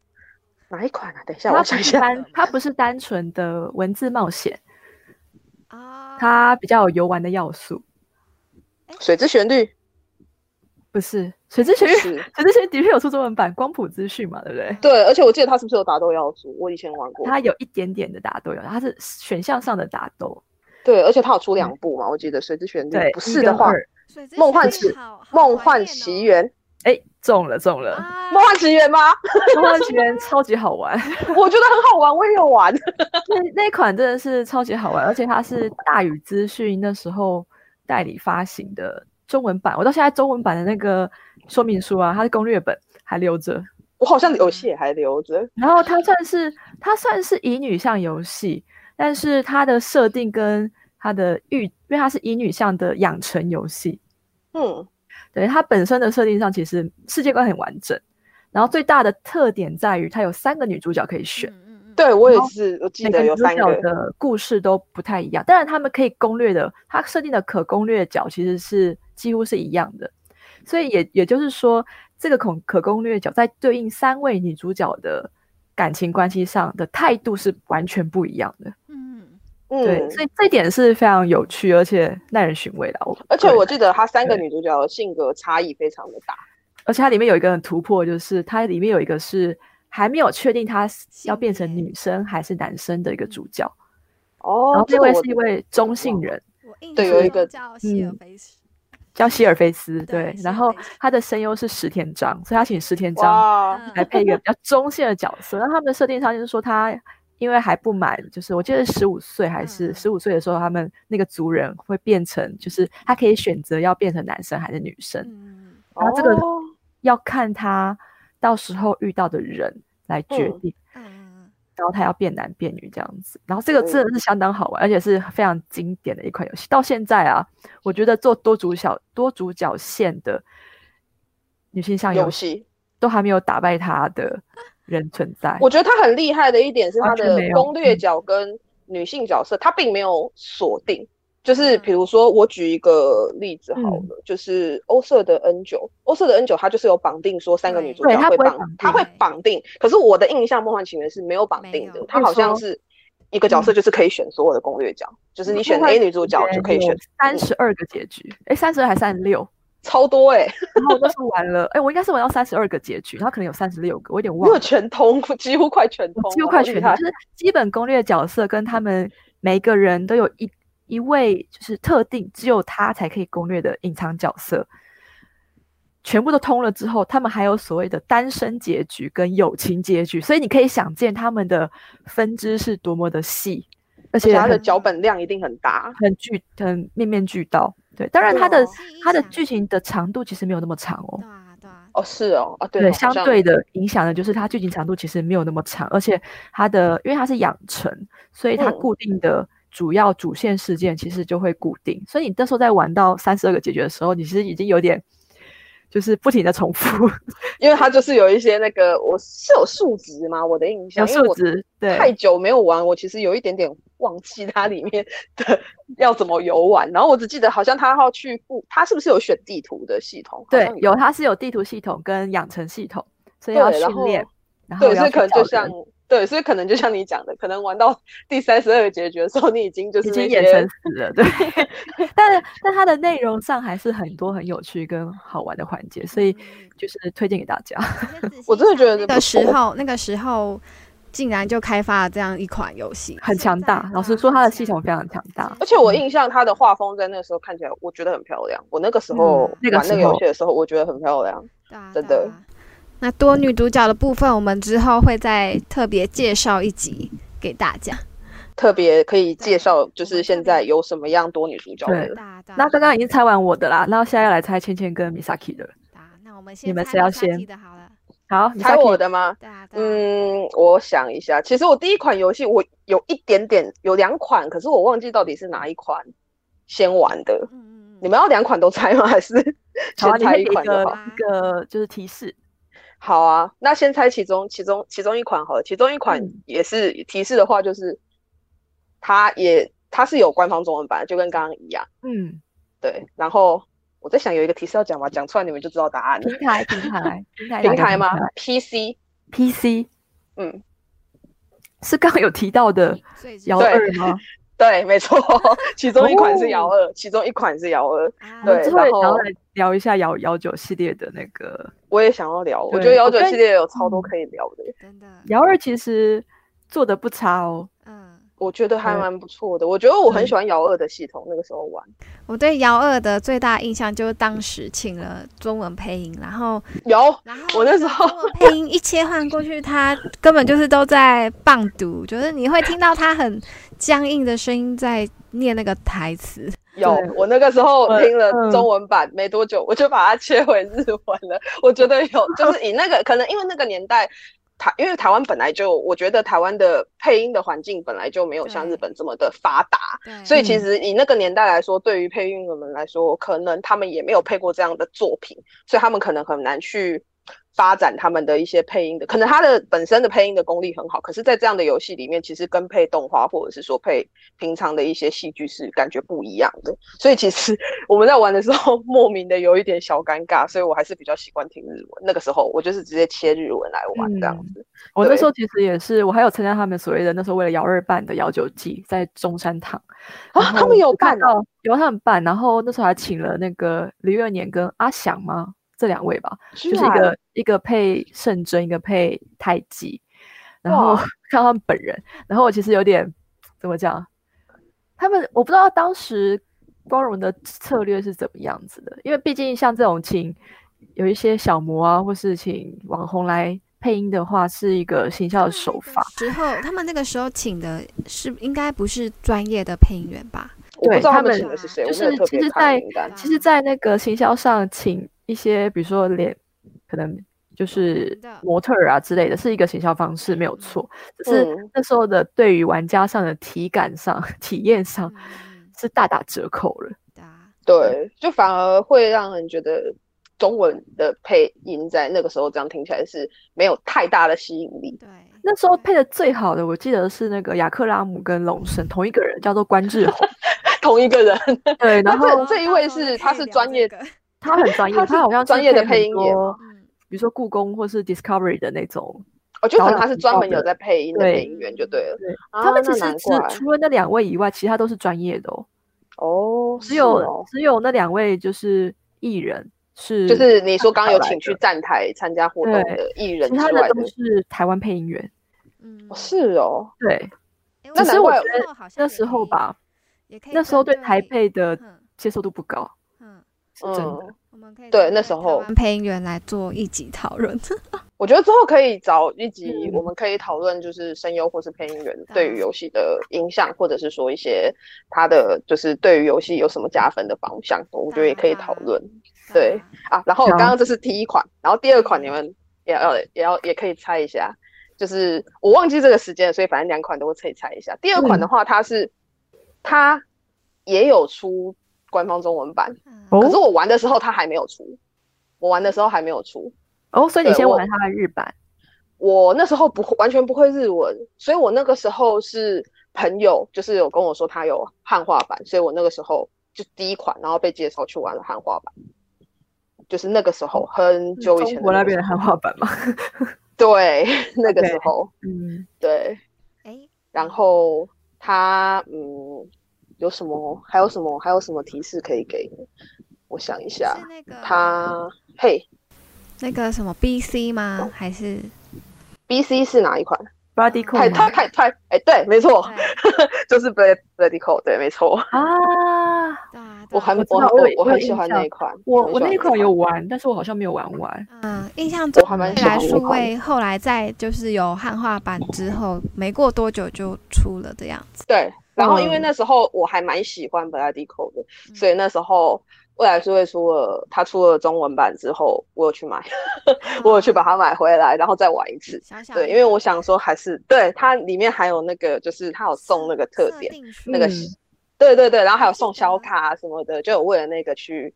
[SPEAKER 1] 哪一款啊？等一下，
[SPEAKER 3] 它
[SPEAKER 1] 我
[SPEAKER 3] 不
[SPEAKER 1] 想一
[SPEAKER 3] 是
[SPEAKER 1] 下。
[SPEAKER 3] 单，它不是单纯的文字冒险，
[SPEAKER 2] 啊，
[SPEAKER 3] 它比较有游玩的要素。
[SPEAKER 1] 水之旋律
[SPEAKER 3] 不 <laughs> 是《水之旋律》，《
[SPEAKER 1] 是，
[SPEAKER 3] 水之旋律》的确有出中文版，光谱资讯嘛，对不对？
[SPEAKER 1] 对，而且我记得它是不是有打斗要素？我以前玩过。
[SPEAKER 3] 它有一点点的打斗，有它是选项上的打斗。
[SPEAKER 1] 对，而且它有出两部嘛，我记得水之旋律
[SPEAKER 3] 对，
[SPEAKER 1] 不
[SPEAKER 3] 一
[SPEAKER 1] 是的
[SPEAKER 3] 跟
[SPEAKER 1] 话，
[SPEAKER 3] 二
[SPEAKER 2] 水之
[SPEAKER 1] 梦幻
[SPEAKER 2] 旋律
[SPEAKER 1] 奇
[SPEAKER 2] 好好
[SPEAKER 1] 梦
[SPEAKER 2] 怀
[SPEAKER 1] 幻
[SPEAKER 2] 念
[SPEAKER 1] 奇
[SPEAKER 2] 哦
[SPEAKER 1] 缘，
[SPEAKER 3] 哎，中了中了，
[SPEAKER 2] 啊，
[SPEAKER 1] 梦幻奇缘吗？ <laughs>
[SPEAKER 3] 《梦幻奇缘》超级好玩， <laughs>
[SPEAKER 1] 我觉得很好玩，我也有玩。 <laughs>
[SPEAKER 3] 那那一款真的是超级好玩，而且它是大宇资讯那时候代理发行的中文版，我到现在中文版的那个说明书啊，它的攻略本还留着。
[SPEAKER 1] 我好像
[SPEAKER 3] 嗯
[SPEAKER 1] 有些还留着。
[SPEAKER 3] 然后它算是它算是乙女向游戏，但是它的设定跟它的育，因为它是乙女向的养成游戏，
[SPEAKER 1] 嗯，
[SPEAKER 3] 对它本身的设定上其实世界观很完整。然后最大的特点在于它有三个女主角可以选，
[SPEAKER 2] 嗯嗯嗯，
[SPEAKER 1] 对我也是，我记
[SPEAKER 3] 哦每
[SPEAKER 1] 得
[SPEAKER 3] 女
[SPEAKER 1] 有
[SPEAKER 3] 主
[SPEAKER 1] 三
[SPEAKER 3] 角
[SPEAKER 1] 个。
[SPEAKER 3] 的故事都不太一样。当然，他们可以攻略的，它设定的可攻略角其实是几乎是一样的，所以也也就是说，这个恐可攻略角在对应三位女主角的感情关系上的态度是完全不一样的。
[SPEAKER 2] 嗯，
[SPEAKER 3] 对，
[SPEAKER 1] 嗯，
[SPEAKER 3] 所以这一点是非常有趣，而且耐人寻味的。我
[SPEAKER 1] 而且
[SPEAKER 3] 个人
[SPEAKER 1] 我记得她三个
[SPEAKER 3] 对
[SPEAKER 1] 女主角的性格差异非常的大。
[SPEAKER 3] 而且它里面有一个很突破，就是它里面有一个是还没有确定他要变成
[SPEAKER 2] 性别
[SPEAKER 3] 女生还是男生的一个主角，然
[SPEAKER 1] 哦
[SPEAKER 3] 后，
[SPEAKER 1] 这
[SPEAKER 3] 这
[SPEAKER 1] 个
[SPEAKER 3] 位
[SPEAKER 1] 我
[SPEAKER 3] 是一位中性人，
[SPEAKER 2] 我印
[SPEAKER 1] 对
[SPEAKER 2] 象
[SPEAKER 1] 有一
[SPEAKER 2] 中
[SPEAKER 1] 个
[SPEAKER 2] 叫希尔
[SPEAKER 3] 嗯
[SPEAKER 2] 菲斯，
[SPEAKER 3] 叫希尔菲斯，
[SPEAKER 2] 对
[SPEAKER 3] 对，
[SPEAKER 2] 希尔
[SPEAKER 3] 然后
[SPEAKER 2] 菲斯
[SPEAKER 3] 他的声优是石田章，所以他请石田章
[SPEAKER 1] 哇，
[SPEAKER 2] 嗯
[SPEAKER 1] <laughs>
[SPEAKER 3] 来配一个比较中性的角色。那他们的设定上就是说，他因为还不满，就是我记得十五岁还
[SPEAKER 2] 嗯
[SPEAKER 3] 是十五岁的时候，他们那个族人会变成，就是他可以选择要变成男生还是女生，
[SPEAKER 2] 嗯，
[SPEAKER 3] 然后这个
[SPEAKER 1] 哦
[SPEAKER 3] 要看他到时候遇到的人来决
[SPEAKER 1] 嗯
[SPEAKER 3] 定。
[SPEAKER 2] 嗯嗯
[SPEAKER 3] 然后他要变男变女这样子，然后这个真的是相当好玩，而且是非常经典的一款游戏。到现在啊，我觉得做多主角多主角线的女性向游
[SPEAKER 1] 游
[SPEAKER 3] 戏
[SPEAKER 1] 戏，
[SPEAKER 3] 都还没有打败她的人存在。
[SPEAKER 1] 我觉得她很厉害的一点是她
[SPEAKER 3] 完全
[SPEAKER 1] 的
[SPEAKER 3] 没有
[SPEAKER 1] 攻略
[SPEAKER 3] 嗯
[SPEAKER 1] 角跟女性角色，她并没有锁定。就是
[SPEAKER 2] 嗯
[SPEAKER 1] 比如说，我举一个例子好
[SPEAKER 3] 嗯
[SPEAKER 1] 了，就是欧瑟的 N 九，欧瑟的 N 九，它就是有绑定说三个女主
[SPEAKER 3] 对
[SPEAKER 1] 角
[SPEAKER 3] 它
[SPEAKER 1] 会
[SPEAKER 3] 不会
[SPEAKER 1] 绑
[SPEAKER 3] 绑，
[SPEAKER 1] 它
[SPEAKER 3] 定
[SPEAKER 1] 会绑定。可是我的印象，《梦幻情缘》是没有绑定
[SPEAKER 2] 没
[SPEAKER 1] 的
[SPEAKER 2] 有，
[SPEAKER 1] 它好像
[SPEAKER 3] 没错
[SPEAKER 1] 是一个角
[SPEAKER 3] 嗯
[SPEAKER 1] 色就是可以选所有的攻略角，就是你选 A 女主角就可以选，
[SPEAKER 3] 三十二个结局，哎，三十二还三十六？ <laughs>
[SPEAKER 1] 超多哎、
[SPEAKER 3] 然后我那时候玩了，哎，我应该是玩到三十二个结局，然后可能有三十六个，我有点
[SPEAKER 1] 我
[SPEAKER 3] 忘
[SPEAKER 1] 有
[SPEAKER 3] 了，
[SPEAKER 1] 全通，几乎快全通
[SPEAKER 3] 我
[SPEAKER 1] 了，
[SPEAKER 3] 几乎快全
[SPEAKER 1] 厉
[SPEAKER 3] 通
[SPEAKER 1] 害
[SPEAKER 3] 就是基本攻略角色跟他们每个人都有一一位就是特定只有他才可以攻略的隐藏角色。全部都通了之后，他们还有所谓的单身结局跟友情结局，所以你可以想见他们的分支是多么的细，而
[SPEAKER 1] 而且
[SPEAKER 3] 且
[SPEAKER 1] 它
[SPEAKER 3] 很
[SPEAKER 1] 的脚本量一定很大。
[SPEAKER 3] 很巨很面面俱到。对，当然它的
[SPEAKER 2] 嗯
[SPEAKER 1] 哦
[SPEAKER 2] 啊
[SPEAKER 3] 它的剧情的长度其实没有那么长哦
[SPEAKER 2] 对。啊对啊，
[SPEAKER 1] 哦，是哦，啊，对，
[SPEAKER 3] 对，
[SPEAKER 1] 好
[SPEAKER 3] 相
[SPEAKER 1] 像
[SPEAKER 3] 对的影响的就是它剧情长度其实没有那么长，而且它的因为它是养成，所以它
[SPEAKER 1] 嗯
[SPEAKER 3] 固定的主要主线事件其实就会固定。所以你那时候在玩到三十二个解决的时候，你其实已经有点就是不停的重复，
[SPEAKER 1] 因为它就是有一些那个，我是有数值吗？我的印象，
[SPEAKER 3] 有
[SPEAKER 1] 因为
[SPEAKER 3] 数
[SPEAKER 1] 我
[SPEAKER 3] 值，对，
[SPEAKER 1] 太久没有玩，我其实有一点点忘记它里面的要怎么游玩。然后我只记得好像它要去布，它是不是有选地图的系统？好
[SPEAKER 3] 对
[SPEAKER 1] 像，
[SPEAKER 3] 有它是有地图系统跟养成系统，所以
[SPEAKER 1] 对
[SPEAKER 3] 要
[SPEAKER 1] 然
[SPEAKER 3] 训
[SPEAKER 1] 后
[SPEAKER 3] 练，然后
[SPEAKER 1] 对，
[SPEAKER 3] 要
[SPEAKER 1] 所以
[SPEAKER 3] 去
[SPEAKER 1] 可能
[SPEAKER 3] 找
[SPEAKER 1] 就
[SPEAKER 3] 人
[SPEAKER 1] 像对，所以可能就像你讲的，可能玩到第三十二个结局的时候，你已经就是
[SPEAKER 3] 已
[SPEAKER 1] 那
[SPEAKER 3] 经
[SPEAKER 1] 些
[SPEAKER 3] 眼神死了，对。 <laughs> 但但它的内容上还是很多很有趣跟好玩的环节，所以
[SPEAKER 1] 嗯
[SPEAKER 3] 就是推荐给大家。
[SPEAKER 1] 我真的觉得
[SPEAKER 2] 那个时候，那个时候竟然就开发了这样一款游戏，
[SPEAKER 3] 很强大，老实说，它的系统非常强大。
[SPEAKER 1] 而且我印象它的画风在那个时候看起来，我觉得很漂亮。我那个时候
[SPEAKER 3] 嗯那个
[SPEAKER 1] 玩那个
[SPEAKER 3] 时候
[SPEAKER 1] 游戏的时候，我觉得很漂亮。
[SPEAKER 2] 对啊
[SPEAKER 1] 真。
[SPEAKER 2] 对
[SPEAKER 1] 的
[SPEAKER 2] 啊那多女主角的部分，我们之后会再特别介绍一集给大家。
[SPEAKER 1] 特别可以介绍，就是现在有什么样多女主角的
[SPEAKER 3] 对
[SPEAKER 2] 对啊对啊
[SPEAKER 3] 嗯那刚刚已经猜完我的啦，那现在要来猜芊芊跟 Misaki 的了。
[SPEAKER 2] 对啊那我们
[SPEAKER 3] 你
[SPEAKER 2] 先
[SPEAKER 3] 们
[SPEAKER 2] 猜
[SPEAKER 3] 谁要
[SPEAKER 2] Misaki
[SPEAKER 3] 先
[SPEAKER 2] 的好了。
[SPEAKER 3] 好，
[SPEAKER 1] 猜
[SPEAKER 3] Misaki
[SPEAKER 1] 我的吗？
[SPEAKER 2] 对啊，对啊
[SPEAKER 1] 嗯，我想一下，其实我第一款游戏我有一点点有两款，可是我忘记到底是哪一款先玩的。
[SPEAKER 2] 嗯嗯嗯，
[SPEAKER 1] 你们要两款都猜吗？还 <laughs> 是
[SPEAKER 3] 好啊，
[SPEAKER 1] 先
[SPEAKER 3] 你
[SPEAKER 1] 猜
[SPEAKER 3] 可以
[SPEAKER 1] 一
[SPEAKER 3] 给一
[SPEAKER 1] 款就好？
[SPEAKER 3] 个一个就是提示，
[SPEAKER 1] 好啊，那先猜其中其中其中一款好了，其中一款
[SPEAKER 3] 嗯
[SPEAKER 1] 也是提示的话，就是它也它是有官方中文版，就跟刚刚一样。
[SPEAKER 3] 嗯，
[SPEAKER 1] 对，然后我在想有一个提示要讲吧，讲出来你们就知道答
[SPEAKER 3] <laughs>
[SPEAKER 1] 案了。
[SPEAKER 3] 平台平台平台哪
[SPEAKER 1] 平
[SPEAKER 3] 个
[SPEAKER 1] 台吗？PC，
[SPEAKER 3] ？PC
[SPEAKER 1] 嗯，
[SPEAKER 3] 是刚刚有提到的
[SPEAKER 2] 最知
[SPEAKER 3] 幺
[SPEAKER 2] 道
[SPEAKER 1] 对
[SPEAKER 3] 二吗？
[SPEAKER 1] 对，没错，其中一款是
[SPEAKER 3] 哦
[SPEAKER 1] 摇二，其中一款是摇二。
[SPEAKER 2] 啊
[SPEAKER 3] 我们
[SPEAKER 1] 对
[SPEAKER 3] 之后
[SPEAKER 1] 然
[SPEAKER 3] 也想要
[SPEAKER 1] 后
[SPEAKER 3] 来聊一下幺幺九系列的那个
[SPEAKER 1] 我也想要聊，我
[SPEAKER 3] 对
[SPEAKER 1] 觉得摇
[SPEAKER 3] 我
[SPEAKER 1] 九
[SPEAKER 3] 跟
[SPEAKER 1] 系列有超多
[SPEAKER 3] 嗯
[SPEAKER 1] 可以聊的，
[SPEAKER 2] 真的，
[SPEAKER 3] 幺二，其实做的不差哦。
[SPEAKER 2] 嗯，
[SPEAKER 1] 我觉得还
[SPEAKER 3] 对
[SPEAKER 1] 蛮不错的。我觉得我很
[SPEAKER 3] 嗯
[SPEAKER 1] 喜欢摇二的系统，那个时候玩。
[SPEAKER 2] 我对姚二的最大印象就是当时请了中文配音，然后
[SPEAKER 1] 有，
[SPEAKER 2] 然后
[SPEAKER 1] 我那时候
[SPEAKER 2] 中文配音一切换过去，他根本就是都在棒读，就是你会听到他很僵硬的声音在念那个台
[SPEAKER 3] <laughs>
[SPEAKER 2] 词。
[SPEAKER 1] 有
[SPEAKER 3] 对，
[SPEAKER 1] 我那个时候
[SPEAKER 3] 我
[SPEAKER 1] 听了
[SPEAKER 3] 嗯
[SPEAKER 1] 中文版没多久，我就把它切回日文了。我觉得有，就是以那个可能因为那个年代。台因为台湾本来就，我觉得台湾的配音的环境本来就没有像
[SPEAKER 2] 对
[SPEAKER 1] 日本这么的发达，
[SPEAKER 2] 对，
[SPEAKER 1] 所以
[SPEAKER 3] 嗯
[SPEAKER 1] 其实以那个年代来说，对于配音员们来说，可能他们也没有配过这样的作品，所以他们可能很难去发展他们的一些配音的。可能他的本身的配音的功力很好，可是，在这样的游戏里面，其实跟配动画或者是说配平常的一些戏剧是感觉不一样的。所以其实我们在玩的时候，莫名的有一点小尴尬，所以我还是比较习惯听日文。那个时候我就是直接切日文来玩这样子。
[SPEAKER 3] 我那
[SPEAKER 1] 对
[SPEAKER 3] 时候其实也是，我还有参加他们所谓的那时候为了幺二办的幺九季，在中山堂
[SPEAKER 1] 啊
[SPEAKER 3] 嗯然
[SPEAKER 1] 他
[SPEAKER 3] 后
[SPEAKER 1] 们有
[SPEAKER 3] 我看
[SPEAKER 1] 办哦
[SPEAKER 3] 到有他们办，然后那时候还请了那个李月年跟阿翔吗？这两位吧，
[SPEAKER 1] 就
[SPEAKER 3] 就是一个一个配圣真，一个配太极，然后
[SPEAKER 1] 哇
[SPEAKER 3] <laughs> 看到他们本人，然后我其实有点怎么讲，他们我不知道当时光荣的策略是怎么样子的，因为毕竟像这种请有一些小模啊，或是请网红来配音的话，是一个行销的手法。。
[SPEAKER 2] 之后他们那个时候请的是应该不是专业的配音员吧？
[SPEAKER 1] 我不
[SPEAKER 3] 对
[SPEAKER 1] 知道
[SPEAKER 3] 他
[SPEAKER 1] 他们
[SPEAKER 3] 们
[SPEAKER 1] 请的是谁，
[SPEAKER 3] 就
[SPEAKER 1] 我没有
[SPEAKER 3] 是
[SPEAKER 1] 特
[SPEAKER 3] 其
[SPEAKER 1] 别
[SPEAKER 3] 实
[SPEAKER 1] 看
[SPEAKER 3] 在
[SPEAKER 1] 名单
[SPEAKER 2] 啊
[SPEAKER 3] 其实，在那个行销上，请一些比如说脸，可能就是
[SPEAKER 2] 的
[SPEAKER 3] 模特儿啊之类的，是一个行销方式，没有错。只是
[SPEAKER 1] 嗯
[SPEAKER 3] 那时候的对于玩家上的体感上、 <laughs> 体验上
[SPEAKER 2] 嗯嗯
[SPEAKER 3] 是大打折扣了。
[SPEAKER 2] 对啊，
[SPEAKER 1] 对，就反而会让人觉得中文的配音在那个时候这样听起来是没有太大的吸引力。 <laughs>
[SPEAKER 2] 对，
[SPEAKER 3] 那时候配的最好的，我记得是那个雅克拉姆跟龙神同一个人，叫做关智
[SPEAKER 1] <laughs>
[SPEAKER 3] 宏。
[SPEAKER 1] 同一个人，
[SPEAKER 3] 对，然后
[SPEAKER 1] 这这一位是他是专业
[SPEAKER 2] 的，
[SPEAKER 3] 他很专业，
[SPEAKER 1] 他是
[SPEAKER 3] 他好像是
[SPEAKER 1] 专业的
[SPEAKER 3] 配
[SPEAKER 1] 配
[SPEAKER 3] 很
[SPEAKER 1] 音员
[SPEAKER 3] 多
[SPEAKER 2] 嗯
[SPEAKER 3] 比如说故宫或是 Discovery 的那种
[SPEAKER 1] <laughs> 我觉得可能
[SPEAKER 3] 导
[SPEAKER 1] 他
[SPEAKER 3] 演
[SPEAKER 1] 是专门
[SPEAKER 3] 提到
[SPEAKER 1] 有
[SPEAKER 3] 的
[SPEAKER 1] 在配音的
[SPEAKER 3] 对
[SPEAKER 1] 配音员就对了。
[SPEAKER 3] 对
[SPEAKER 1] 啊，
[SPEAKER 3] 他们
[SPEAKER 1] 那
[SPEAKER 3] 其实
[SPEAKER 1] 难
[SPEAKER 3] 除
[SPEAKER 1] 怪
[SPEAKER 3] 除了那两位以外，其他都是专业的哦。
[SPEAKER 1] 哦，
[SPEAKER 3] 只
[SPEAKER 1] 是
[SPEAKER 3] 有、
[SPEAKER 1] 哦
[SPEAKER 3] 只有那两位就是艺人是，
[SPEAKER 1] 就是你说刚刚有请去
[SPEAKER 3] 的
[SPEAKER 1] 站台参加活动的艺人
[SPEAKER 3] 其
[SPEAKER 1] 之
[SPEAKER 3] 他
[SPEAKER 1] 外
[SPEAKER 3] 的
[SPEAKER 1] 的
[SPEAKER 3] 都，是台湾配音员。
[SPEAKER 2] 嗯
[SPEAKER 1] 哦，是哦，
[SPEAKER 3] 对，
[SPEAKER 2] 诶
[SPEAKER 1] 那
[SPEAKER 3] 只是
[SPEAKER 1] 难
[SPEAKER 3] 我
[SPEAKER 1] 怪
[SPEAKER 3] 觉得那时候，吧，那时候对台配的
[SPEAKER 2] 嗯
[SPEAKER 3] 接受度不高，
[SPEAKER 2] 嗯，
[SPEAKER 3] 是真的。
[SPEAKER 1] 嗯，
[SPEAKER 2] 我们可以
[SPEAKER 1] 对
[SPEAKER 2] 针
[SPEAKER 1] 那时
[SPEAKER 2] 台
[SPEAKER 1] 候
[SPEAKER 2] 湾配音员来做一集讨论， <laughs> 啊
[SPEAKER 1] 我觉得之后可以找一集
[SPEAKER 3] 嗯，
[SPEAKER 1] 我们可以讨论，就是声优或是配音员
[SPEAKER 2] 当
[SPEAKER 1] 对啊
[SPEAKER 2] 然
[SPEAKER 1] 于游戏的影响，或者是说一些他的就是对于游戏有什么加分的方向，我觉得也可以讨论对
[SPEAKER 3] 哦
[SPEAKER 1] 啊。然后嗯
[SPEAKER 3] 好
[SPEAKER 1] 刚刚这是第一款，然后第二款你们也要也要也可以猜一下，就是我忘记这个时间了，所以反正两款都可以猜一下。第二
[SPEAKER 3] 嗯
[SPEAKER 1] 款的话，它是它也有出官方中文版，
[SPEAKER 2] 嗯，
[SPEAKER 3] 哦
[SPEAKER 1] 可是我玩的时候它还没有出，我玩的时候还没有出，
[SPEAKER 3] 哦，所以你
[SPEAKER 1] 对
[SPEAKER 3] 先
[SPEAKER 1] 我
[SPEAKER 3] 玩他的日版，
[SPEAKER 1] 我那时候不会，完全不会日文，所以我那个时候是朋友，就是有跟我说他有汉化版，所以我那个时候就第一款，然后被介绍去玩了汉化版，就是那个时候很久以前
[SPEAKER 3] 嗯中国那边
[SPEAKER 1] 的
[SPEAKER 3] 的汉化版嘛。
[SPEAKER 1] 对， <laughs> 那个时候
[SPEAKER 3] 嗯，
[SPEAKER 1] 对，
[SPEAKER 2] 哎，
[SPEAKER 1] 然后他嗯，有什么还有什么还有什么提示可以给你？我想一下
[SPEAKER 2] 是，那个
[SPEAKER 1] 他嘿
[SPEAKER 2] 那个什么 BC 吗？还是
[SPEAKER 1] ，B C 是哪一款？
[SPEAKER 3] <laughs> ，body
[SPEAKER 1] 太
[SPEAKER 3] core
[SPEAKER 1] 太太太，哎，对，没
[SPEAKER 3] 哦
[SPEAKER 1] 错，
[SPEAKER 2] 对啊
[SPEAKER 1] 就是 Blood Bloody Cold，对，没错，
[SPEAKER 3] 啊，
[SPEAKER 2] 对啊，对
[SPEAKER 1] 我
[SPEAKER 2] 啊
[SPEAKER 1] 很
[SPEAKER 3] 我知
[SPEAKER 1] 我
[SPEAKER 3] 道
[SPEAKER 1] 我
[SPEAKER 3] 我有
[SPEAKER 1] 我
[SPEAKER 3] 我
[SPEAKER 1] 很
[SPEAKER 3] 有
[SPEAKER 1] 喜欢
[SPEAKER 3] 印象
[SPEAKER 1] 那一款，
[SPEAKER 3] 我
[SPEAKER 1] 很
[SPEAKER 3] 我
[SPEAKER 1] 喜
[SPEAKER 3] 那
[SPEAKER 1] 欢
[SPEAKER 3] 一款
[SPEAKER 1] 那
[SPEAKER 3] 有玩，但是我好像没有玩完。
[SPEAKER 2] 嗯，印象中
[SPEAKER 1] 我还蛮
[SPEAKER 2] 未来
[SPEAKER 1] 喜欢
[SPEAKER 2] 数
[SPEAKER 1] 那款
[SPEAKER 2] 位后来在就是有汉化版之后，没过多久就出了的样子。
[SPEAKER 1] 对，然后因为
[SPEAKER 3] 嗯
[SPEAKER 1] 那时候我还蛮喜欢 Bloody Cold 的，
[SPEAKER 2] 嗯
[SPEAKER 1] 所以那时候未来是会出了，它出了中文版之后，我有去买，我有去把
[SPEAKER 3] 嗯
[SPEAKER 1] 它买回来，然后再玩一次。
[SPEAKER 2] 嗯小小
[SPEAKER 1] 对，因为我想说还是对它里面还有那个，就是它有送那个特点，那个
[SPEAKER 3] 嗯
[SPEAKER 1] 是对对对，然后还有送
[SPEAKER 2] 记得
[SPEAKER 1] 小卡什么的，就有为了那个去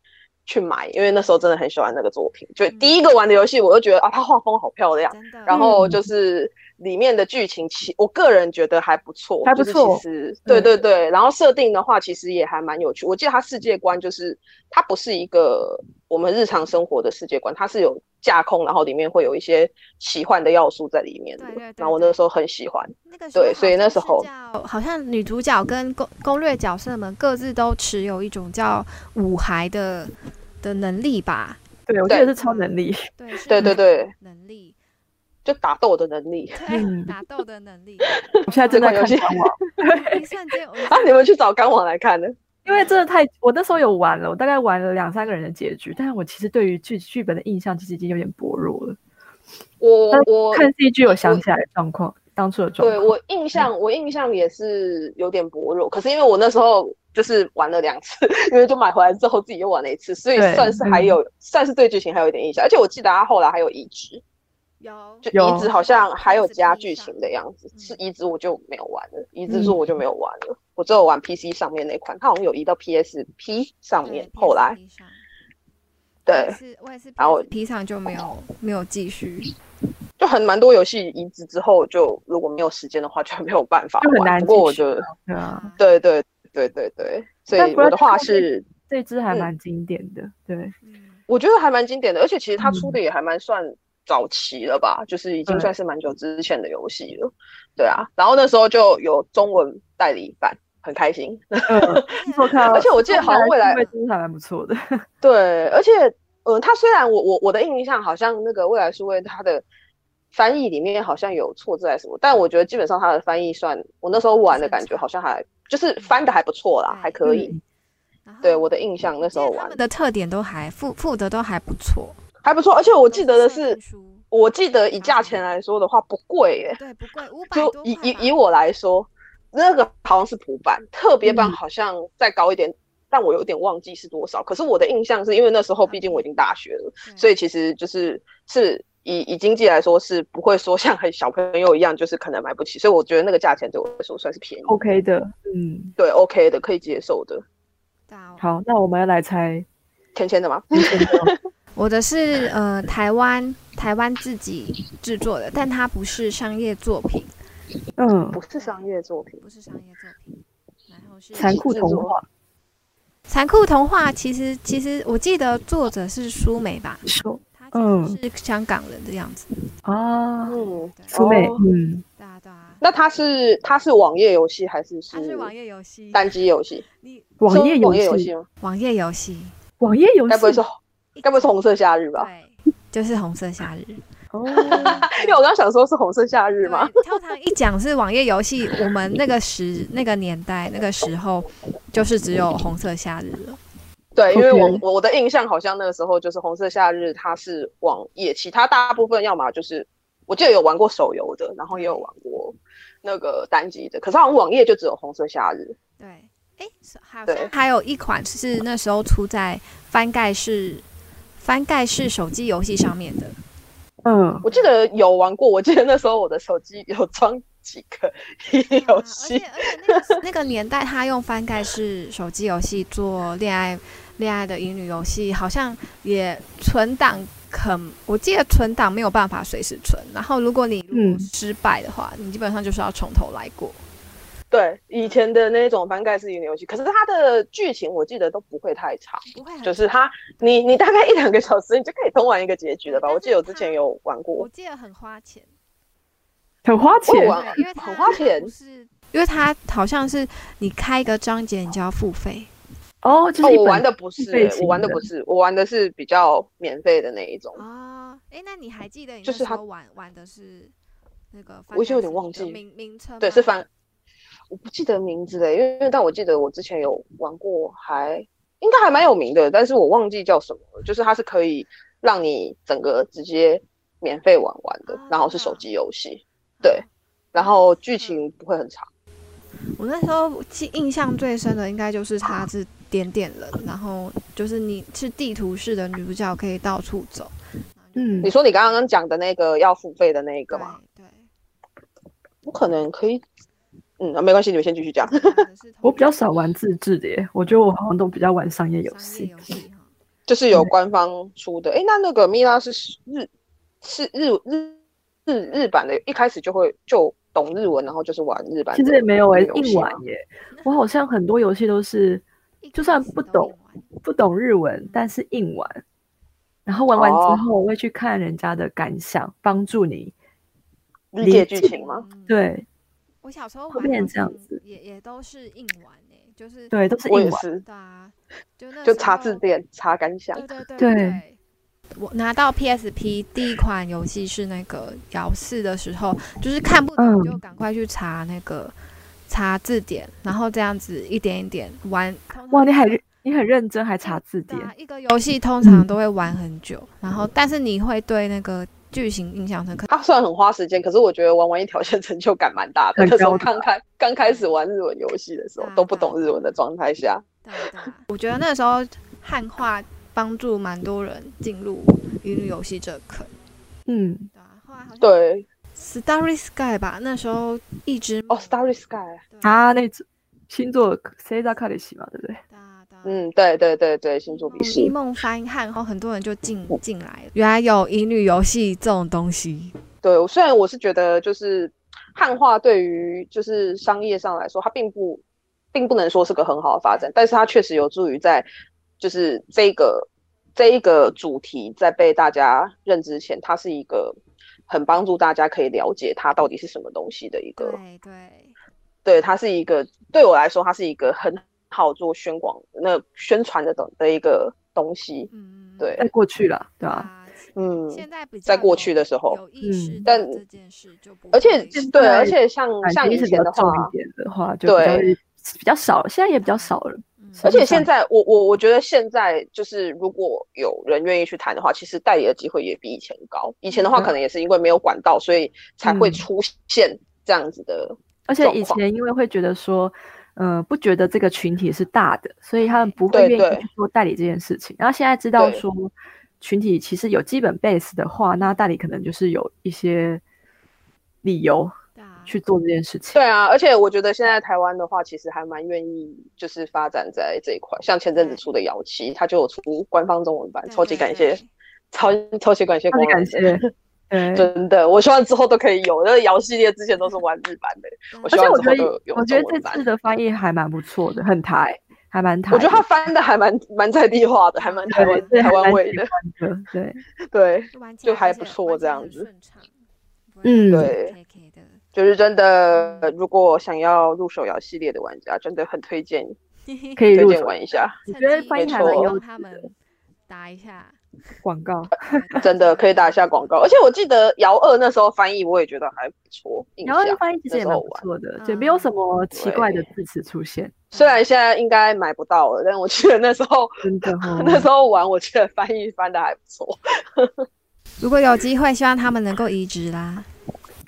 [SPEAKER 1] 去买，因为那时候真的很喜欢那个作品。就
[SPEAKER 2] 嗯
[SPEAKER 1] 第一个玩的游戏，我就觉得啊，它画风好漂亮，
[SPEAKER 2] 真的，
[SPEAKER 1] 然后
[SPEAKER 3] 嗯
[SPEAKER 1] 就是里面的剧情，其我个人觉得还不错，
[SPEAKER 3] 还不
[SPEAKER 1] 就是
[SPEAKER 3] 错
[SPEAKER 1] 其实对
[SPEAKER 3] 嗯
[SPEAKER 1] 对对，然后设定的话，其实也还蛮有趣。我记得它世界观就是它不是一个我们日常生活的世界观，它是有架空，然后里面会有一些奇幻的要素在里面的。
[SPEAKER 2] 对对对
[SPEAKER 1] 然后我那时候很喜欢，
[SPEAKER 2] 嗯那个时
[SPEAKER 1] 对
[SPEAKER 2] 候
[SPEAKER 1] 所以
[SPEAKER 2] 好
[SPEAKER 1] 那
[SPEAKER 2] 像
[SPEAKER 1] 时
[SPEAKER 2] 是
[SPEAKER 1] 候
[SPEAKER 2] 叫好像女主角跟攻攻略角色们各自都持有一种叫五孩的的能力吧？
[SPEAKER 3] 对，我记得
[SPEAKER 1] 对
[SPEAKER 3] 是超能力。
[SPEAKER 2] 对是
[SPEAKER 1] 对对
[SPEAKER 2] 五
[SPEAKER 1] 对
[SPEAKER 2] 孩能力，
[SPEAKER 1] 就打斗的能力 <laughs>
[SPEAKER 2] 对
[SPEAKER 3] 嗯
[SPEAKER 2] 打斗的能力。
[SPEAKER 3] 我现在正在
[SPEAKER 1] 这款
[SPEAKER 3] 看
[SPEAKER 1] 游戏
[SPEAKER 3] 官网，
[SPEAKER 2] 一瞬间我
[SPEAKER 1] 啊！你们去找官网来看呢？
[SPEAKER 3] 因为真的太，我那时候有玩了，我大概玩了两三个人的结局，但是我其实对于剧剧本的印象其实已经有点薄弱了。
[SPEAKER 1] 我
[SPEAKER 3] 但
[SPEAKER 1] 我
[SPEAKER 3] 看 CG 我想
[SPEAKER 1] 我
[SPEAKER 3] 起来状况，当初的状
[SPEAKER 1] 对
[SPEAKER 3] 况。嗯
[SPEAKER 1] 我印象，我印象也是有点薄弱。可是因为我那时候就是玩了两次， <laughs> 因为就买回来之后自己又玩了一次，所以
[SPEAKER 3] 对嗯
[SPEAKER 1] 算是还有，算是对剧情还有一点印象。而且我记得他后来还有移植，
[SPEAKER 2] 有
[SPEAKER 1] 就
[SPEAKER 3] 有
[SPEAKER 1] 移植好像还有加剧情
[SPEAKER 2] 的。
[SPEAKER 1] 的样子。
[SPEAKER 2] 嗯
[SPEAKER 1] 是移植我就没有玩了，移植说我就没有玩
[SPEAKER 3] 嗯
[SPEAKER 1] 了，我只有玩 PC 上面那款，它好像有移到 PSP 上面。
[SPEAKER 2] 对
[SPEAKER 1] 后来
[SPEAKER 2] PSP 上我也
[SPEAKER 1] 对，
[SPEAKER 2] 是我也是
[SPEAKER 1] 然后
[SPEAKER 2] PSP 上就没有没有继续，
[SPEAKER 1] 就很蛮多游戏移植之后，就如果没有时间的话，就没有办法
[SPEAKER 3] 就很
[SPEAKER 1] 玩
[SPEAKER 3] 难
[SPEAKER 1] 不过我
[SPEAKER 3] 继续
[SPEAKER 1] 觉得，
[SPEAKER 3] 对啊，
[SPEAKER 2] 嗯
[SPEAKER 1] 对对对对对，所
[SPEAKER 3] 但
[SPEAKER 1] 以我的
[SPEAKER 3] Project
[SPEAKER 1] 话
[SPEAKER 3] Cars
[SPEAKER 1] 是。
[SPEAKER 3] 这支还
[SPEAKER 1] 嗯
[SPEAKER 3] 蛮经典的。
[SPEAKER 1] <laughs>
[SPEAKER 3] 对，
[SPEAKER 2] 嗯，
[SPEAKER 1] 我觉得还蛮经典的，而且其实它出
[SPEAKER 3] 嗯
[SPEAKER 1] 的也还蛮算早期了吧，就是已经
[SPEAKER 3] 对
[SPEAKER 1] 算是蛮久之前的游戏了，对啊。然后那时候就有中文代理版，很开心。
[SPEAKER 3] 嗯，我看，
[SPEAKER 1] 而且我记得好像未来
[SPEAKER 3] 真的还蛮不错的。
[SPEAKER 1] 对，而且嗯，它虽然我我我的印象好像那个未来数位它的翻译里面好像有错字还是什么，但我觉得基本上它的翻译算我那时候玩的感觉好像还就是翻的还不错啦，
[SPEAKER 2] 对
[SPEAKER 1] 还可以。
[SPEAKER 3] 嗯
[SPEAKER 2] 然后
[SPEAKER 1] 对我的印象那时候
[SPEAKER 2] 因为他
[SPEAKER 1] 玩
[SPEAKER 2] 们的特点都还附附的都还不错，
[SPEAKER 1] 还不错，而且我记得的
[SPEAKER 2] 都设
[SPEAKER 1] 是
[SPEAKER 2] 定。书
[SPEAKER 1] 我记得以价钱来说的话，不贵耶、
[SPEAKER 2] 对不贵，五百
[SPEAKER 1] 就
[SPEAKER 2] 多
[SPEAKER 1] 以
[SPEAKER 2] 块
[SPEAKER 1] 以
[SPEAKER 2] 吧
[SPEAKER 1] 以我来说，那个好像是普版，特别版
[SPEAKER 3] 嗯
[SPEAKER 1] 好像再高一点，但我有点忘记是多少。可是我的印象是因为那时候毕竟我已经大学了，
[SPEAKER 2] 对
[SPEAKER 1] 所以其实就是是以以经济来说是不会说像很小朋友一样，就是可能买不起。所以我觉得那个价钱对我来说算是便宜
[SPEAKER 3] OK 的，嗯，
[SPEAKER 1] 对 OK 的，可以接受的。
[SPEAKER 2] 对啊
[SPEAKER 3] 好，那我们要来猜
[SPEAKER 1] 芊芊的吗？
[SPEAKER 3] 你选的
[SPEAKER 2] 我的是呃台湾台湾自己制作的，但它不是商业作品，
[SPEAKER 3] 嗯，
[SPEAKER 1] 不是商业作品，
[SPEAKER 2] 不是商业作品，然后是
[SPEAKER 3] 残酷
[SPEAKER 1] 制作
[SPEAKER 3] 童话，
[SPEAKER 2] 残酷童话。其实其实我记得作者是舒美吧，
[SPEAKER 3] 说
[SPEAKER 2] 她
[SPEAKER 3] 嗯
[SPEAKER 2] 其实是香港人的样子。
[SPEAKER 3] 啊，
[SPEAKER 1] 嗯，
[SPEAKER 2] 对
[SPEAKER 3] 苏妹
[SPEAKER 1] 哦，
[SPEAKER 3] 嗯，
[SPEAKER 2] 对啊对啊，
[SPEAKER 1] 那它是它是网页游戏还是
[SPEAKER 2] 它
[SPEAKER 1] 是
[SPEAKER 2] 是网页游戏，
[SPEAKER 1] 单机游戏？
[SPEAKER 2] 你
[SPEAKER 3] 网页
[SPEAKER 1] 是网页游
[SPEAKER 3] 游
[SPEAKER 1] 戏
[SPEAKER 3] 戏，
[SPEAKER 1] 吗？
[SPEAKER 2] 网页游戏
[SPEAKER 3] 网页游戏
[SPEAKER 1] 该不会是 <laughs> 该不会是啊红色夏日吧？
[SPEAKER 2] 对，就是红色夏日。
[SPEAKER 3] 哦，
[SPEAKER 1] 因为我刚想说是红色夏日
[SPEAKER 2] 对，
[SPEAKER 1] 嘛，
[SPEAKER 2] 通常一讲是网页游戏，我们那个时、那个年代、那个时候，就是只有红色夏日了。
[SPEAKER 1] 对，因为我
[SPEAKER 3] OK
[SPEAKER 1] 我我的印象好像那个时候就是红色夏日，它是网页，其他大部分要么就是我记得有玩过手游的，然后也有玩过那个单机的，可是好像网页就只有红色夏日。
[SPEAKER 2] 对，哎，是还有
[SPEAKER 1] 对
[SPEAKER 2] 还有一款是那时候出在翻盖式翻盖式手机游戏上面的，
[SPEAKER 3] 嗯，
[SPEAKER 1] 我记得有玩过，我记得那时候我的手机有装几个 <laughs> 游戏
[SPEAKER 2] 啊，而且而且那个那个年代，他用翻盖式手机游戏做恋爱恋爱的乙女游戏，好像也存档很，我记得存档没有办法随时存，然后如果你如果
[SPEAKER 3] 嗯
[SPEAKER 2] 失败的话，你基本上就是要从头来过。
[SPEAKER 1] 对以前的那种翻盖式乙游戏，可是它的剧情我记得都不会太长，
[SPEAKER 2] 不会很
[SPEAKER 1] 就是它你你大概一两个小时你就可以通完一个结局了吧？
[SPEAKER 2] 但是
[SPEAKER 1] 我记得我之前有玩
[SPEAKER 2] 我
[SPEAKER 1] 过，哦
[SPEAKER 2] 记得很花钱，
[SPEAKER 3] 很花钱
[SPEAKER 1] 我有玩啊
[SPEAKER 2] 对，因为它
[SPEAKER 1] 很花钱
[SPEAKER 2] 不是，因为它好像是你开一个章节你就要付费，
[SPEAKER 3] 哦，就
[SPEAKER 1] 哦，
[SPEAKER 3] 是一
[SPEAKER 1] 我
[SPEAKER 3] 本
[SPEAKER 1] 玩的不是、
[SPEAKER 3] 付费
[SPEAKER 1] 欸
[SPEAKER 3] 型
[SPEAKER 1] 我玩的不是，我玩的是比较免费的那一种。
[SPEAKER 2] 哦，哎，那你还记得你
[SPEAKER 1] 就
[SPEAKER 2] 那
[SPEAKER 1] 是
[SPEAKER 2] 时
[SPEAKER 1] 它
[SPEAKER 2] 候玩玩的是那个翻盖式的名？
[SPEAKER 1] 我已经有点忘记
[SPEAKER 2] 名称
[SPEAKER 1] 对，
[SPEAKER 2] 吗
[SPEAKER 1] 是翻，我不记得名字了，因为因为但我记得我之前有玩过还，应该还蛮有名的，但是我忘记叫什么了。就是它是可以让你整个直接免费玩完的
[SPEAKER 2] 啊，嗯
[SPEAKER 1] 然后是手机游戏，对，然后剧情不会很长。
[SPEAKER 2] 我那时候记印象最深的应该就是他是点点人，然后就是你是地图式的女主角，可以到处走。
[SPEAKER 3] 嗯
[SPEAKER 1] 你说你刚刚讲的那个要付费的那一个吗？
[SPEAKER 2] 对，
[SPEAKER 1] 我可能可以，嗯，啊没关系，你们先继续讲。 <laughs>
[SPEAKER 2] 对，或者是同
[SPEAKER 3] 我比较少玩自制的耶，我觉得我好像都比较玩商业
[SPEAKER 2] 商
[SPEAKER 3] 游
[SPEAKER 2] 业
[SPEAKER 3] 戏。
[SPEAKER 2] 游戏哈。
[SPEAKER 1] 就是有官方出的。诶，那那个蜜拉是日是日日日日版的，一开始就会就懂日文，然后就是玩日版的
[SPEAKER 3] 其
[SPEAKER 1] 游戏吗。
[SPEAKER 3] 实也没有哎、硬玩耶。我好像很多游戏都是就算不懂不懂日文，但是硬玩，然后玩完
[SPEAKER 1] 哦
[SPEAKER 3] 之后我会去看人家的感想，帮助你。
[SPEAKER 1] 理解
[SPEAKER 3] 理
[SPEAKER 1] 剧
[SPEAKER 3] 解
[SPEAKER 1] 情吗？？
[SPEAKER 2] 嗯，
[SPEAKER 3] 对
[SPEAKER 2] 我小时候
[SPEAKER 3] 会
[SPEAKER 2] 玩好
[SPEAKER 3] 变成这样
[SPEAKER 2] 像
[SPEAKER 3] 子
[SPEAKER 2] 也也都是硬玩诶，就是
[SPEAKER 3] 对，都是
[SPEAKER 1] 我也
[SPEAKER 3] 硬玩。
[SPEAKER 1] 是，
[SPEAKER 2] 对啊，就那
[SPEAKER 1] 就
[SPEAKER 2] 时
[SPEAKER 1] 查字
[SPEAKER 2] 候
[SPEAKER 1] 典查感想
[SPEAKER 2] 对。对对
[SPEAKER 3] 对
[SPEAKER 2] 对。我拿到 PSP 第一款游戏是那个摇四的时候，就是看不懂
[SPEAKER 3] 嗯
[SPEAKER 2] 就赶快去查那个查字典，然后这样子一点一点玩。通常
[SPEAKER 3] 哇，你
[SPEAKER 2] 一
[SPEAKER 3] 很
[SPEAKER 2] 个
[SPEAKER 3] 认你很认真，还查字
[SPEAKER 2] 对
[SPEAKER 3] 典。嗯
[SPEAKER 2] 啊一个游戏通常都会玩很久，然后但是你会对那个剧情印象深
[SPEAKER 3] <laughs>
[SPEAKER 2] 刻。
[SPEAKER 1] 它虽然很花时间，可是我觉得玩完一条线成就感蛮大的。
[SPEAKER 3] 很
[SPEAKER 1] 那时候
[SPEAKER 3] 高的嗯
[SPEAKER 1] 刚开刚开始玩日文游戏的时候
[SPEAKER 2] 对啊
[SPEAKER 1] 都不懂日文的状态下，
[SPEAKER 2] 对啊对啊，我觉得那时候汉化帮助蛮多人进入云旅游戏这个坑。
[SPEAKER 3] 嗯，
[SPEAKER 2] 对啊，后来好像
[SPEAKER 1] 对
[SPEAKER 2] Starry Sky 吧，那时候一直
[SPEAKER 1] 哦，Starry Sky，
[SPEAKER 2] 对啊
[SPEAKER 3] 啊，那种星座 C 加卡里西嘛，对不对？
[SPEAKER 2] 哒哒
[SPEAKER 1] 嗯，对对对对，星座比
[SPEAKER 3] 嗯
[SPEAKER 2] 一
[SPEAKER 1] 试，
[SPEAKER 2] 哦梦翻汉，然后很多人就进
[SPEAKER 1] 嗯
[SPEAKER 2] 进来了。原来有乙女游戏这种东西，
[SPEAKER 1] 对，我虽然我是觉得就是汉化对于就是商业上来说，它并不并不能说是个很好的发展，但是它确实有助于在就是这个这一个主题在被大家认知前，它是一个很帮助大家可以了解它到底是什么东西的一个，
[SPEAKER 2] 对对，
[SPEAKER 1] 对，它是一个对我来说，它是一个很好做宣广那宣传的等的一个东西，
[SPEAKER 2] 嗯，
[SPEAKER 1] 对
[SPEAKER 3] 在呃过去了，对
[SPEAKER 2] 对
[SPEAKER 3] 吧、
[SPEAKER 2] 啊。
[SPEAKER 1] 嗯，
[SPEAKER 2] 现在比较
[SPEAKER 1] 在过去的时候
[SPEAKER 2] 有意识到
[SPEAKER 3] 嗯
[SPEAKER 1] 但
[SPEAKER 2] 这件事就不会，
[SPEAKER 1] 而且对，而且像
[SPEAKER 3] 感
[SPEAKER 1] 像
[SPEAKER 3] 情
[SPEAKER 1] 以
[SPEAKER 3] 是比
[SPEAKER 1] 前
[SPEAKER 3] 较
[SPEAKER 1] 的
[SPEAKER 3] 重
[SPEAKER 1] 话。
[SPEAKER 3] 一点的话，就比较
[SPEAKER 1] 对
[SPEAKER 3] 比较少，现在也比较少了。
[SPEAKER 2] 嗯
[SPEAKER 1] 而且
[SPEAKER 3] 嗯
[SPEAKER 1] 现在，我我我觉得现在就是，如果有人愿意去谈的话，其实代理的机会也比以前高。以前的话，
[SPEAKER 3] 嗯
[SPEAKER 1] 可能也是因为没有管道，所以才会
[SPEAKER 3] 嗯
[SPEAKER 1] 出现这样子的。
[SPEAKER 3] 而且以
[SPEAKER 1] 状况
[SPEAKER 3] 前因为会觉得说，呃，不觉得这个群体是大的，所以他们不会
[SPEAKER 1] 对
[SPEAKER 3] 愿
[SPEAKER 1] 对
[SPEAKER 3] 意去做代理这件事情。然后现在知道
[SPEAKER 1] 对
[SPEAKER 3] 说，群体其实有基本 base 的话，那代理可能就是有一些理由
[SPEAKER 2] 对啊
[SPEAKER 3] 去做这件事情。
[SPEAKER 1] 对啊，而且我觉得现在台湾的话，其实还蛮愿意就是发展在这一块。像前
[SPEAKER 3] 嗯
[SPEAKER 1] 阵子出的《瑶七》，它就有出官方中文版，
[SPEAKER 2] 对
[SPEAKER 1] 超级
[SPEAKER 2] 对
[SPEAKER 1] 感
[SPEAKER 2] 对
[SPEAKER 1] 谢，超超级感谢
[SPEAKER 3] 超
[SPEAKER 1] 光
[SPEAKER 3] 级
[SPEAKER 1] 良的，
[SPEAKER 3] 感谢，对。
[SPEAKER 1] 真的，我希望之后都可以有。那个瑶系列之前都是玩日版的，
[SPEAKER 2] 真
[SPEAKER 1] 我
[SPEAKER 2] 的
[SPEAKER 1] 希
[SPEAKER 3] 嗯而且
[SPEAKER 1] 望之后
[SPEAKER 3] 我觉得
[SPEAKER 1] 都有
[SPEAKER 3] 我觉得
[SPEAKER 1] 中
[SPEAKER 3] 这
[SPEAKER 1] 文版
[SPEAKER 3] 次的翻译还蛮不错的，很台，还蛮台的。
[SPEAKER 1] 我觉得他翻的还蛮 <laughs> 蛮在地化的，还蛮台湾
[SPEAKER 3] 对对
[SPEAKER 1] 台
[SPEAKER 3] 还
[SPEAKER 1] 湾
[SPEAKER 3] 蛮
[SPEAKER 1] 味
[SPEAKER 3] 喜
[SPEAKER 1] 的，
[SPEAKER 3] 欢的，
[SPEAKER 1] <laughs> 对。
[SPEAKER 3] 对，
[SPEAKER 2] 玩起
[SPEAKER 1] 就
[SPEAKER 2] 来
[SPEAKER 1] 还
[SPEAKER 2] 而且
[SPEAKER 1] 不错
[SPEAKER 2] 玩起来
[SPEAKER 1] 这样
[SPEAKER 2] 很
[SPEAKER 1] 子
[SPEAKER 2] 顺畅，不会
[SPEAKER 3] 嗯
[SPEAKER 1] 对
[SPEAKER 2] KK 的
[SPEAKER 1] 就是真的
[SPEAKER 2] 嗯，
[SPEAKER 1] 如果想要入手摇系列的玩家，真的很推荐
[SPEAKER 3] 可以
[SPEAKER 1] 推
[SPEAKER 3] 入
[SPEAKER 1] 荐
[SPEAKER 3] 手
[SPEAKER 1] 玩一下，
[SPEAKER 3] 我
[SPEAKER 2] 趁
[SPEAKER 3] 觉得
[SPEAKER 2] 机
[SPEAKER 3] 翻
[SPEAKER 1] 译还蛮
[SPEAKER 2] 帮
[SPEAKER 3] 优
[SPEAKER 2] 他
[SPEAKER 3] 质的
[SPEAKER 2] 们打一下，
[SPEAKER 3] 广告。
[SPEAKER 1] <laughs>
[SPEAKER 2] 对
[SPEAKER 1] 真的可以打一下广告。而且我记得瑶二那时候翻译，我也觉得还不错，印
[SPEAKER 3] 然后
[SPEAKER 1] 象。
[SPEAKER 3] 翻译其
[SPEAKER 1] 那
[SPEAKER 3] 实也
[SPEAKER 1] 时
[SPEAKER 3] 蛮
[SPEAKER 1] 候
[SPEAKER 3] 不
[SPEAKER 1] 玩
[SPEAKER 3] 错的，
[SPEAKER 2] 嗯
[SPEAKER 3] 对，没有什么奇怪的
[SPEAKER 1] 对
[SPEAKER 3] 字词出现，
[SPEAKER 1] 虽然现在应该买不到了，但我记得那时候 <laughs>
[SPEAKER 3] 真的哦。
[SPEAKER 1] 那时候玩，我记得翻译翻的还不错。
[SPEAKER 2] 如果有机会，希望他们能够移植啦。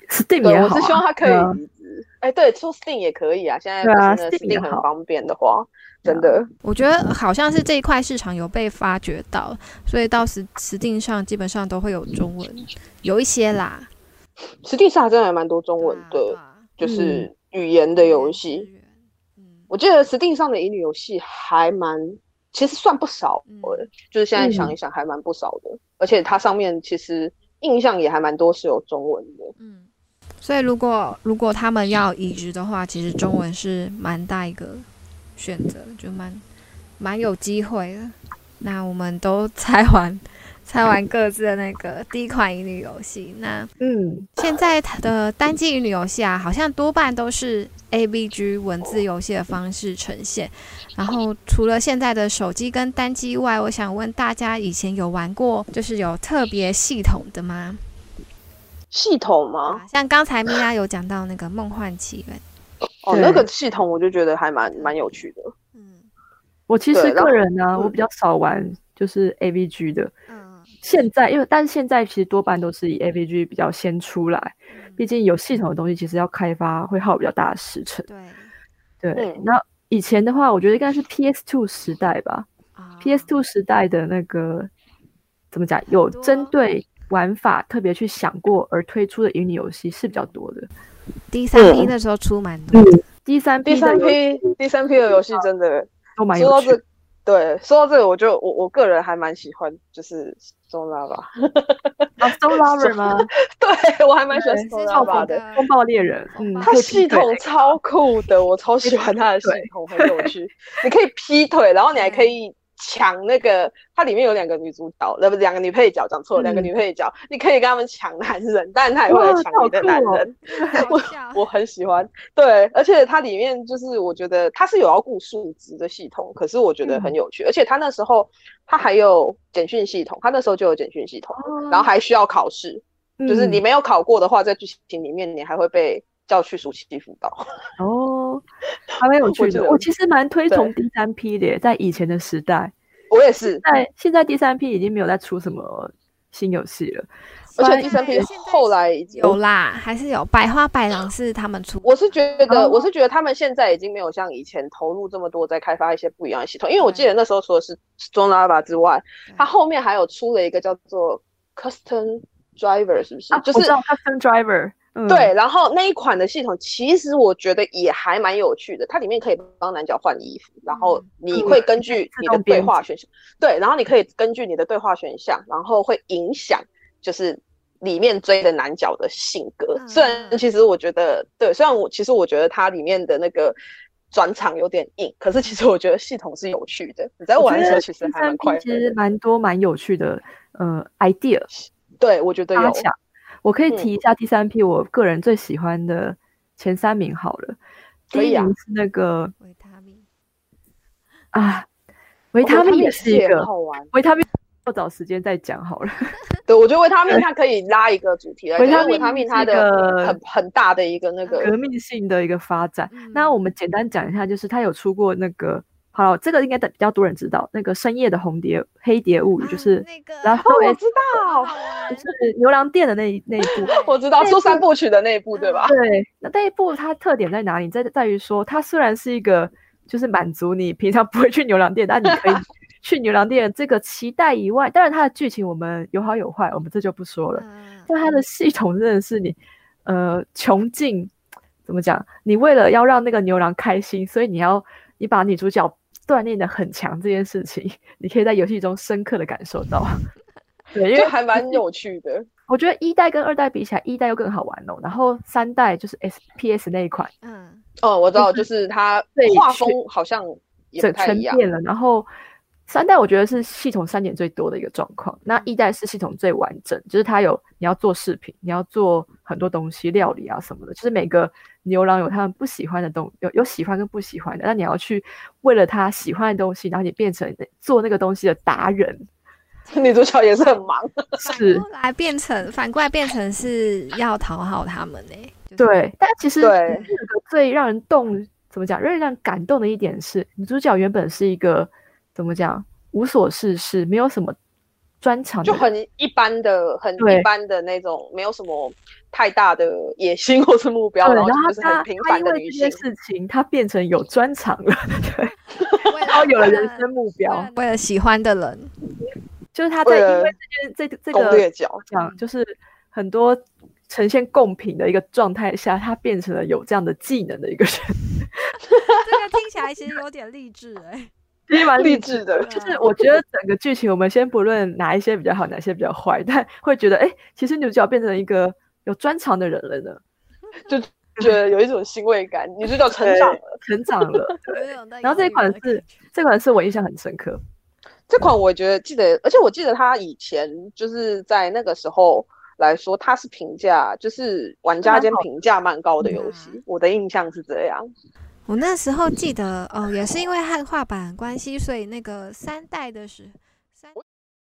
[SPEAKER 3] Steam
[SPEAKER 1] 对，
[SPEAKER 3] 也
[SPEAKER 1] 我
[SPEAKER 3] 好、
[SPEAKER 1] 是希望
[SPEAKER 3] 啊，
[SPEAKER 1] 它可
[SPEAKER 3] 对啊
[SPEAKER 1] 以移植。哎，对，出 Steam 也可以啊，现在不
[SPEAKER 3] 对
[SPEAKER 1] 是那
[SPEAKER 3] 啊
[SPEAKER 1] 个
[SPEAKER 3] Steam 也
[SPEAKER 1] Steam 很
[SPEAKER 3] 好啊
[SPEAKER 1] 方便的话，真的。
[SPEAKER 2] 我觉得好像是这一块市场有被发掘到，所以到时实定上基本上都会有中文，有一些啦，
[SPEAKER 1] 实际上真的还蛮多中文
[SPEAKER 2] 对
[SPEAKER 1] 的，
[SPEAKER 2] 啊
[SPEAKER 1] 就是语言的游戏。，
[SPEAKER 2] 对啊嗯，
[SPEAKER 1] 我记得 Steam 上的乙女游戏还蛮，其实算不少，
[SPEAKER 2] 嗯
[SPEAKER 1] 呃就是现在想一想还蛮不少的，而且它上面其实印象也还蛮多是有中文的。
[SPEAKER 2] 嗯，所以如果如果他们要移植的话，其实中文是蛮大一个选择，就蛮蛮有机会的。那我们都猜完猜完各自的那个第一款乙女游戏，那
[SPEAKER 3] 嗯，
[SPEAKER 2] 现在它的单机乙女游戏啊，好像多半都是 A B G 文字游戏的方式呈现。然后除了现在的手机跟单机外，我想问大家以前有玩过就是有特别系统的吗？
[SPEAKER 1] 系统吗？
[SPEAKER 2] 啊像刚才米拉有讲到那个《梦幻奇缘》，
[SPEAKER 1] 哦，
[SPEAKER 3] 对
[SPEAKER 1] 那个系统我就觉得还蛮蛮有趣的。
[SPEAKER 2] 嗯
[SPEAKER 3] 我其
[SPEAKER 1] 对
[SPEAKER 3] 实
[SPEAKER 1] 然后
[SPEAKER 3] 个人呢、我
[SPEAKER 1] 嗯
[SPEAKER 3] 比较少玩就是 A V G 的。
[SPEAKER 2] 嗯
[SPEAKER 3] 现在因为，但是现在其实多半都是以 A V G 比较先出来，
[SPEAKER 1] 嗯
[SPEAKER 3] 毕竟有系统的东西，其实要开发会耗比较大的时辰。
[SPEAKER 2] 对
[SPEAKER 3] 对，
[SPEAKER 1] 嗯
[SPEAKER 3] 那以前的话，我觉得应该是 PS Two 时代吧。
[SPEAKER 1] 哦
[SPEAKER 2] 啊
[SPEAKER 3] PS Two 时代的那个怎么讲，有
[SPEAKER 2] 多
[SPEAKER 3] 针对玩法特别去想过而推出的乙女游戏是比较多的。
[SPEAKER 2] 第三批那时候出蛮多的，
[SPEAKER 3] 第三
[SPEAKER 1] 第
[SPEAKER 3] 批
[SPEAKER 1] 三
[SPEAKER 3] 的游戏
[SPEAKER 1] 批第三批的游戏真的
[SPEAKER 3] 都蛮
[SPEAKER 1] 说
[SPEAKER 3] 有
[SPEAKER 1] 到
[SPEAKER 3] 趣的
[SPEAKER 1] 这，对，说到这个，我就我我个人还蛮喜欢，就是 Stone Lava，
[SPEAKER 3] 啊，Soul Lover
[SPEAKER 1] <laughs>
[SPEAKER 3] 吗？
[SPEAKER 1] 对我还蛮喜欢
[SPEAKER 3] 嗯对
[SPEAKER 1] Stone
[SPEAKER 2] 是
[SPEAKER 1] Lava
[SPEAKER 2] 我
[SPEAKER 1] 的，
[SPEAKER 2] 的
[SPEAKER 3] 风暴猎人，嗯，
[SPEAKER 1] 它
[SPEAKER 3] 可以
[SPEAKER 1] 系
[SPEAKER 3] 劈腿
[SPEAKER 1] 统超酷的，我超喜
[SPEAKER 3] <laughs>
[SPEAKER 1] 欢它的系统，很有趣。你可以劈腿，然后你还
[SPEAKER 3] 嗯
[SPEAKER 1] 可以抢那个，它里面有两个女主角，呃，不，两个女配角，讲错了，
[SPEAKER 3] 嗯
[SPEAKER 1] 两个女配角，你可以跟他们抢男人，但他也会
[SPEAKER 3] 哇
[SPEAKER 1] 来抢你的
[SPEAKER 3] 这好
[SPEAKER 1] 男
[SPEAKER 3] 酷哦
[SPEAKER 1] 人。
[SPEAKER 2] 好笑
[SPEAKER 1] 我很喜欢，对，而且它里面就是我觉得它是有要顾数值的系统，可是我觉得
[SPEAKER 3] 嗯
[SPEAKER 1] 很有趣，而且它那时候它还有简讯系统，它那时候就有简讯系统，
[SPEAKER 3] 哦
[SPEAKER 1] 然后还需要考试，就是你
[SPEAKER 3] 嗯
[SPEAKER 1] 没有考过的话，在剧情里面你还会被叫去暑期辅导。
[SPEAKER 3] 哦，还蛮有趣
[SPEAKER 1] 觉
[SPEAKER 3] 的。
[SPEAKER 1] 得
[SPEAKER 3] 我其实蛮推
[SPEAKER 1] 对
[SPEAKER 3] 崇第三批的耶，在以前的时代，
[SPEAKER 1] 我也
[SPEAKER 2] <laughs>
[SPEAKER 1] 是，
[SPEAKER 3] 在现在第三批已经没有再出什么新游戏了。
[SPEAKER 1] 而且
[SPEAKER 3] 对
[SPEAKER 1] 第三批
[SPEAKER 2] 现在
[SPEAKER 1] 后来已经
[SPEAKER 2] 有啦，还是有百花百郎是他们出，
[SPEAKER 1] 我是觉
[SPEAKER 2] 嗯
[SPEAKER 1] 得，
[SPEAKER 3] 哦
[SPEAKER 1] 我是觉得他们现在已经没有像以前投入这么多，在开发一些不一样的系统。因为我记得那时候除了是 Stone Lava 之外，它后面还有出了一个叫做 Custom Driver，是不是？
[SPEAKER 3] 啊，
[SPEAKER 1] 就
[SPEAKER 3] 我知
[SPEAKER 1] 是
[SPEAKER 3] 道 Custom Driver，嗯，
[SPEAKER 1] 对，然后那一款的系统，其实我觉得也还蛮有趣的。它里面可以帮男角换衣服，然后你会根据
[SPEAKER 3] 嗯自
[SPEAKER 1] 你
[SPEAKER 3] 动
[SPEAKER 1] 的对
[SPEAKER 3] 编
[SPEAKER 1] 话选项，对，然后你可以根据你的对话选项，然后会影响就是里面追的男角的性格。
[SPEAKER 2] 嗯
[SPEAKER 1] 虽
[SPEAKER 2] 嗯
[SPEAKER 1] 然其实我觉得，对，虽然我其实我觉得它里面的那个。转场有点硬，可是其实我觉得系统是有趣的。你在
[SPEAKER 3] 我
[SPEAKER 1] 玩的
[SPEAKER 3] 觉
[SPEAKER 1] 时
[SPEAKER 3] 得
[SPEAKER 1] 候其
[SPEAKER 3] 第
[SPEAKER 1] 实还
[SPEAKER 3] 三
[SPEAKER 1] 蛮快
[SPEAKER 3] 批
[SPEAKER 1] 乐
[SPEAKER 3] 其实
[SPEAKER 1] 的。
[SPEAKER 3] 蛮多蛮有趣的，呃，idea
[SPEAKER 1] 对，我觉得
[SPEAKER 3] 发
[SPEAKER 1] 有。
[SPEAKER 3] 想。我可以
[SPEAKER 1] 嗯
[SPEAKER 3] 提一下第三批我个人最喜欢的前三名好了。第
[SPEAKER 1] 可以
[SPEAKER 3] 一
[SPEAKER 1] 啊
[SPEAKER 3] 名是那个
[SPEAKER 2] 维他命，
[SPEAKER 1] 哦
[SPEAKER 3] 啊，维
[SPEAKER 1] 我觉得
[SPEAKER 3] 他命
[SPEAKER 1] 也
[SPEAKER 3] 也是一
[SPEAKER 1] 很
[SPEAKER 3] 个
[SPEAKER 1] 好玩。
[SPEAKER 3] 维他命，要找时间再讲好了。 <laughs>
[SPEAKER 1] 对，我觉得维他命它可以拉一个主题来
[SPEAKER 3] 维
[SPEAKER 1] 讲，
[SPEAKER 3] 他
[SPEAKER 1] 因为维他
[SPEAKER 3] 命
[SPEAKER 1] 命它
[SPEAKER 3] 是
[SPEAKER 1] 的
[SPEAKER 3] 个
[SPEAKER 1] 很很大的一个哦那
[SPEAKER 3] 革
[SPEAKER 1] 个，
[SPEAKER 3] 命性的一个发展。
[SPEAKER 2] 嗯
[SPEAKER 3] 那我们简单讲一下，就是他有出过那个，好这个应该比较多人知道，那个深夜的红蝶黑蝶物语，
[SPEAKER 2] 啊
[SPEAKER 3] 就是
[SPEAKER 2] 那个，
[SPEAKER 3] 然后
[SPEAKER 1] 哦，我
[SPEAKER 3] 也
[SPEAKER 1] 知道，
[SPEAKER 3] 是牛郎店的那一那一
[SPEAKER 2] 嗯
[SPEAKER 3] 部。
[SPEAKER 1] 我知道，
[SPEAKER 3] 那
[SPEAKER 1] 说
[SPEAKER 3] 一
[SPEAKER 1] 三部曲的那一部对吧？
[SPEAKER 3] 对，那那一部它特点在哪里？在在于说，它虽然是一个就是满足你平常不会去牛郎店，但你可以去 <laughs> 牛郎店的这个期待以外，当然它的剧情我们有好有坏，我们这就不说了。
[SPEAKER 2] 嗯
[SPEAKER 3] 但它的系统真的是你，呃，穷尽怎么讲？你为了要让那个牛郎开心，所以你要你把女主角锻炼的很强这件事情， <laughs> 你可以在游戏中深刻的感受到。 <laughs> 对，因为
[SPEAKER 1] 就还蛮有趣的。
[SPEAKER 3] 我觉得一代跟二代比起来，一代又更好玩哦。然后三代就是 S P S 那一款，
[SPEAKER 2] 嗯，
[SPEAKER 1] 哦，我知道，就是它
[SPEAKER 3] 对
[SPEAKER 1] 画风好像也不
[SPEAKER 3] 整
[SPEAKER 1] 太
[SPEAKER 3] 全
[SPEAKER 1] 一样。
[SPEAKER 3] 变了。然后三代我觉得是系统三点最多的一个状况，那一代是系统最完整，就是它有你要做饰品，你要做很多东西，料理啊什么的，就是每个牛郎有他们不喜欢的东，有有喜欢跟不喜欢的，那你要去为了他喜欢的东西，然后你变成做那个东西的达人，
[SPEAKER 1] <laughs> 女主角也是很
[SPEAKER 3] <laughs>
[SPEAKER 1] 忙，
[SPEAKER 3] 是
[SPEAKER 2] 后来变成反过来变成是要讨好他们呢、就是
[SPEAKER 3] 对。但其实
[SPEAKER 1] 对
[SPEAKER 3] 这个最让人动，怎么讲？最让人感动的一点是，女主角原本是一个怎么讲无所事事，没有什么专长的
[SPEAKER 1] 就
[SPEAKER 3] 人，
[SPEAKER 1] 很一般的、很
[SPEAKER 3] 对
[SPEAKER 1] 一般的那种，没有什么太大的野心或是目标，
[SPEAKER 3] 对，
[SPEAKER 1] 然
[SPEAKER 3] 然
[SPEAKER 1] 后
[SPEAKER 3] 后
[SPEAKER 1] 就是
[SPEAKER 3] 他
[SPEAKER 1] 很平
[SPEAKER 3] 他
[SPEAKER 1] 凡
[SPEAKER 3] 因
[SPEAKER 1] 的
[SPEAKER 3] 为
[SPEAKER 1] 女性
[SPEAKER 3] 这件。事情，他变成有专长
[SPEAKER 1] <laughs>
[SPEAKER 3] 了，对，
[SPEAKER 2] 为了
[SPEAKER 3] 然后有了人
[SPEAKER 2] 为
[SPEAKER 3] 生目
[SPEAKER 2] 为
[SPEAKER 3] 标
[SPEAKER 2] 了，为了喜欢的人，
[SPEAKER 3] 就是他在
[SPEAKER 1] 为
[SPEAKER 3] 因
[SPEAKER 1] 了
[SPEAKER 3] 为这件这这
[SPEAKER 1] 攻
[SPEAKER 3] 个
[SPEAKER 1] 略嗯角，
[SPEAKER 3] 讲就是很多呈现贡品的一个状态下，他变成了有这样的技能的一个人，
[SPEAKER 2] 这个听起来其实有点励志哎、啊
[SPEAKER 3] 其实蛮
[SPEAKER 1] 励。志的，
[SPEAKER 3] <laughs> 就是我
[SPEAKER 1] <laughs>
[SPEAKER 3] 觉得整个剧情，我们先不论哪一些比较好，哪些比较坏，但会觉得，哎，其实女主角变成了一个有专长的人了呢。
[SPEAKER 1] 就觉得有一种欣慰感，女主角成长了。
[SPEAKER 3] 成长了。
[SPEAKER 2] 有一种在
[SPEAKER 3] 然后这
[SPEAKER 2] 游泳
[SPEAKER 3] 一款
[SPEAKER 2] 的
[SPEAKER 3] 是
[SPEAKER 2] 感觉
[SPEAKER 3] 这款是我印象很深刻，
[SPEAKER 1] 这款我觉得记得，而且我记得它以前就是在那个时候来说，它是评价就是玩家间评价蛮高的游戏，我的印象是这样。
[SPEAKER 2] 呃我那时候记得，哦，也是因为汉化版关系，所以那个三代的时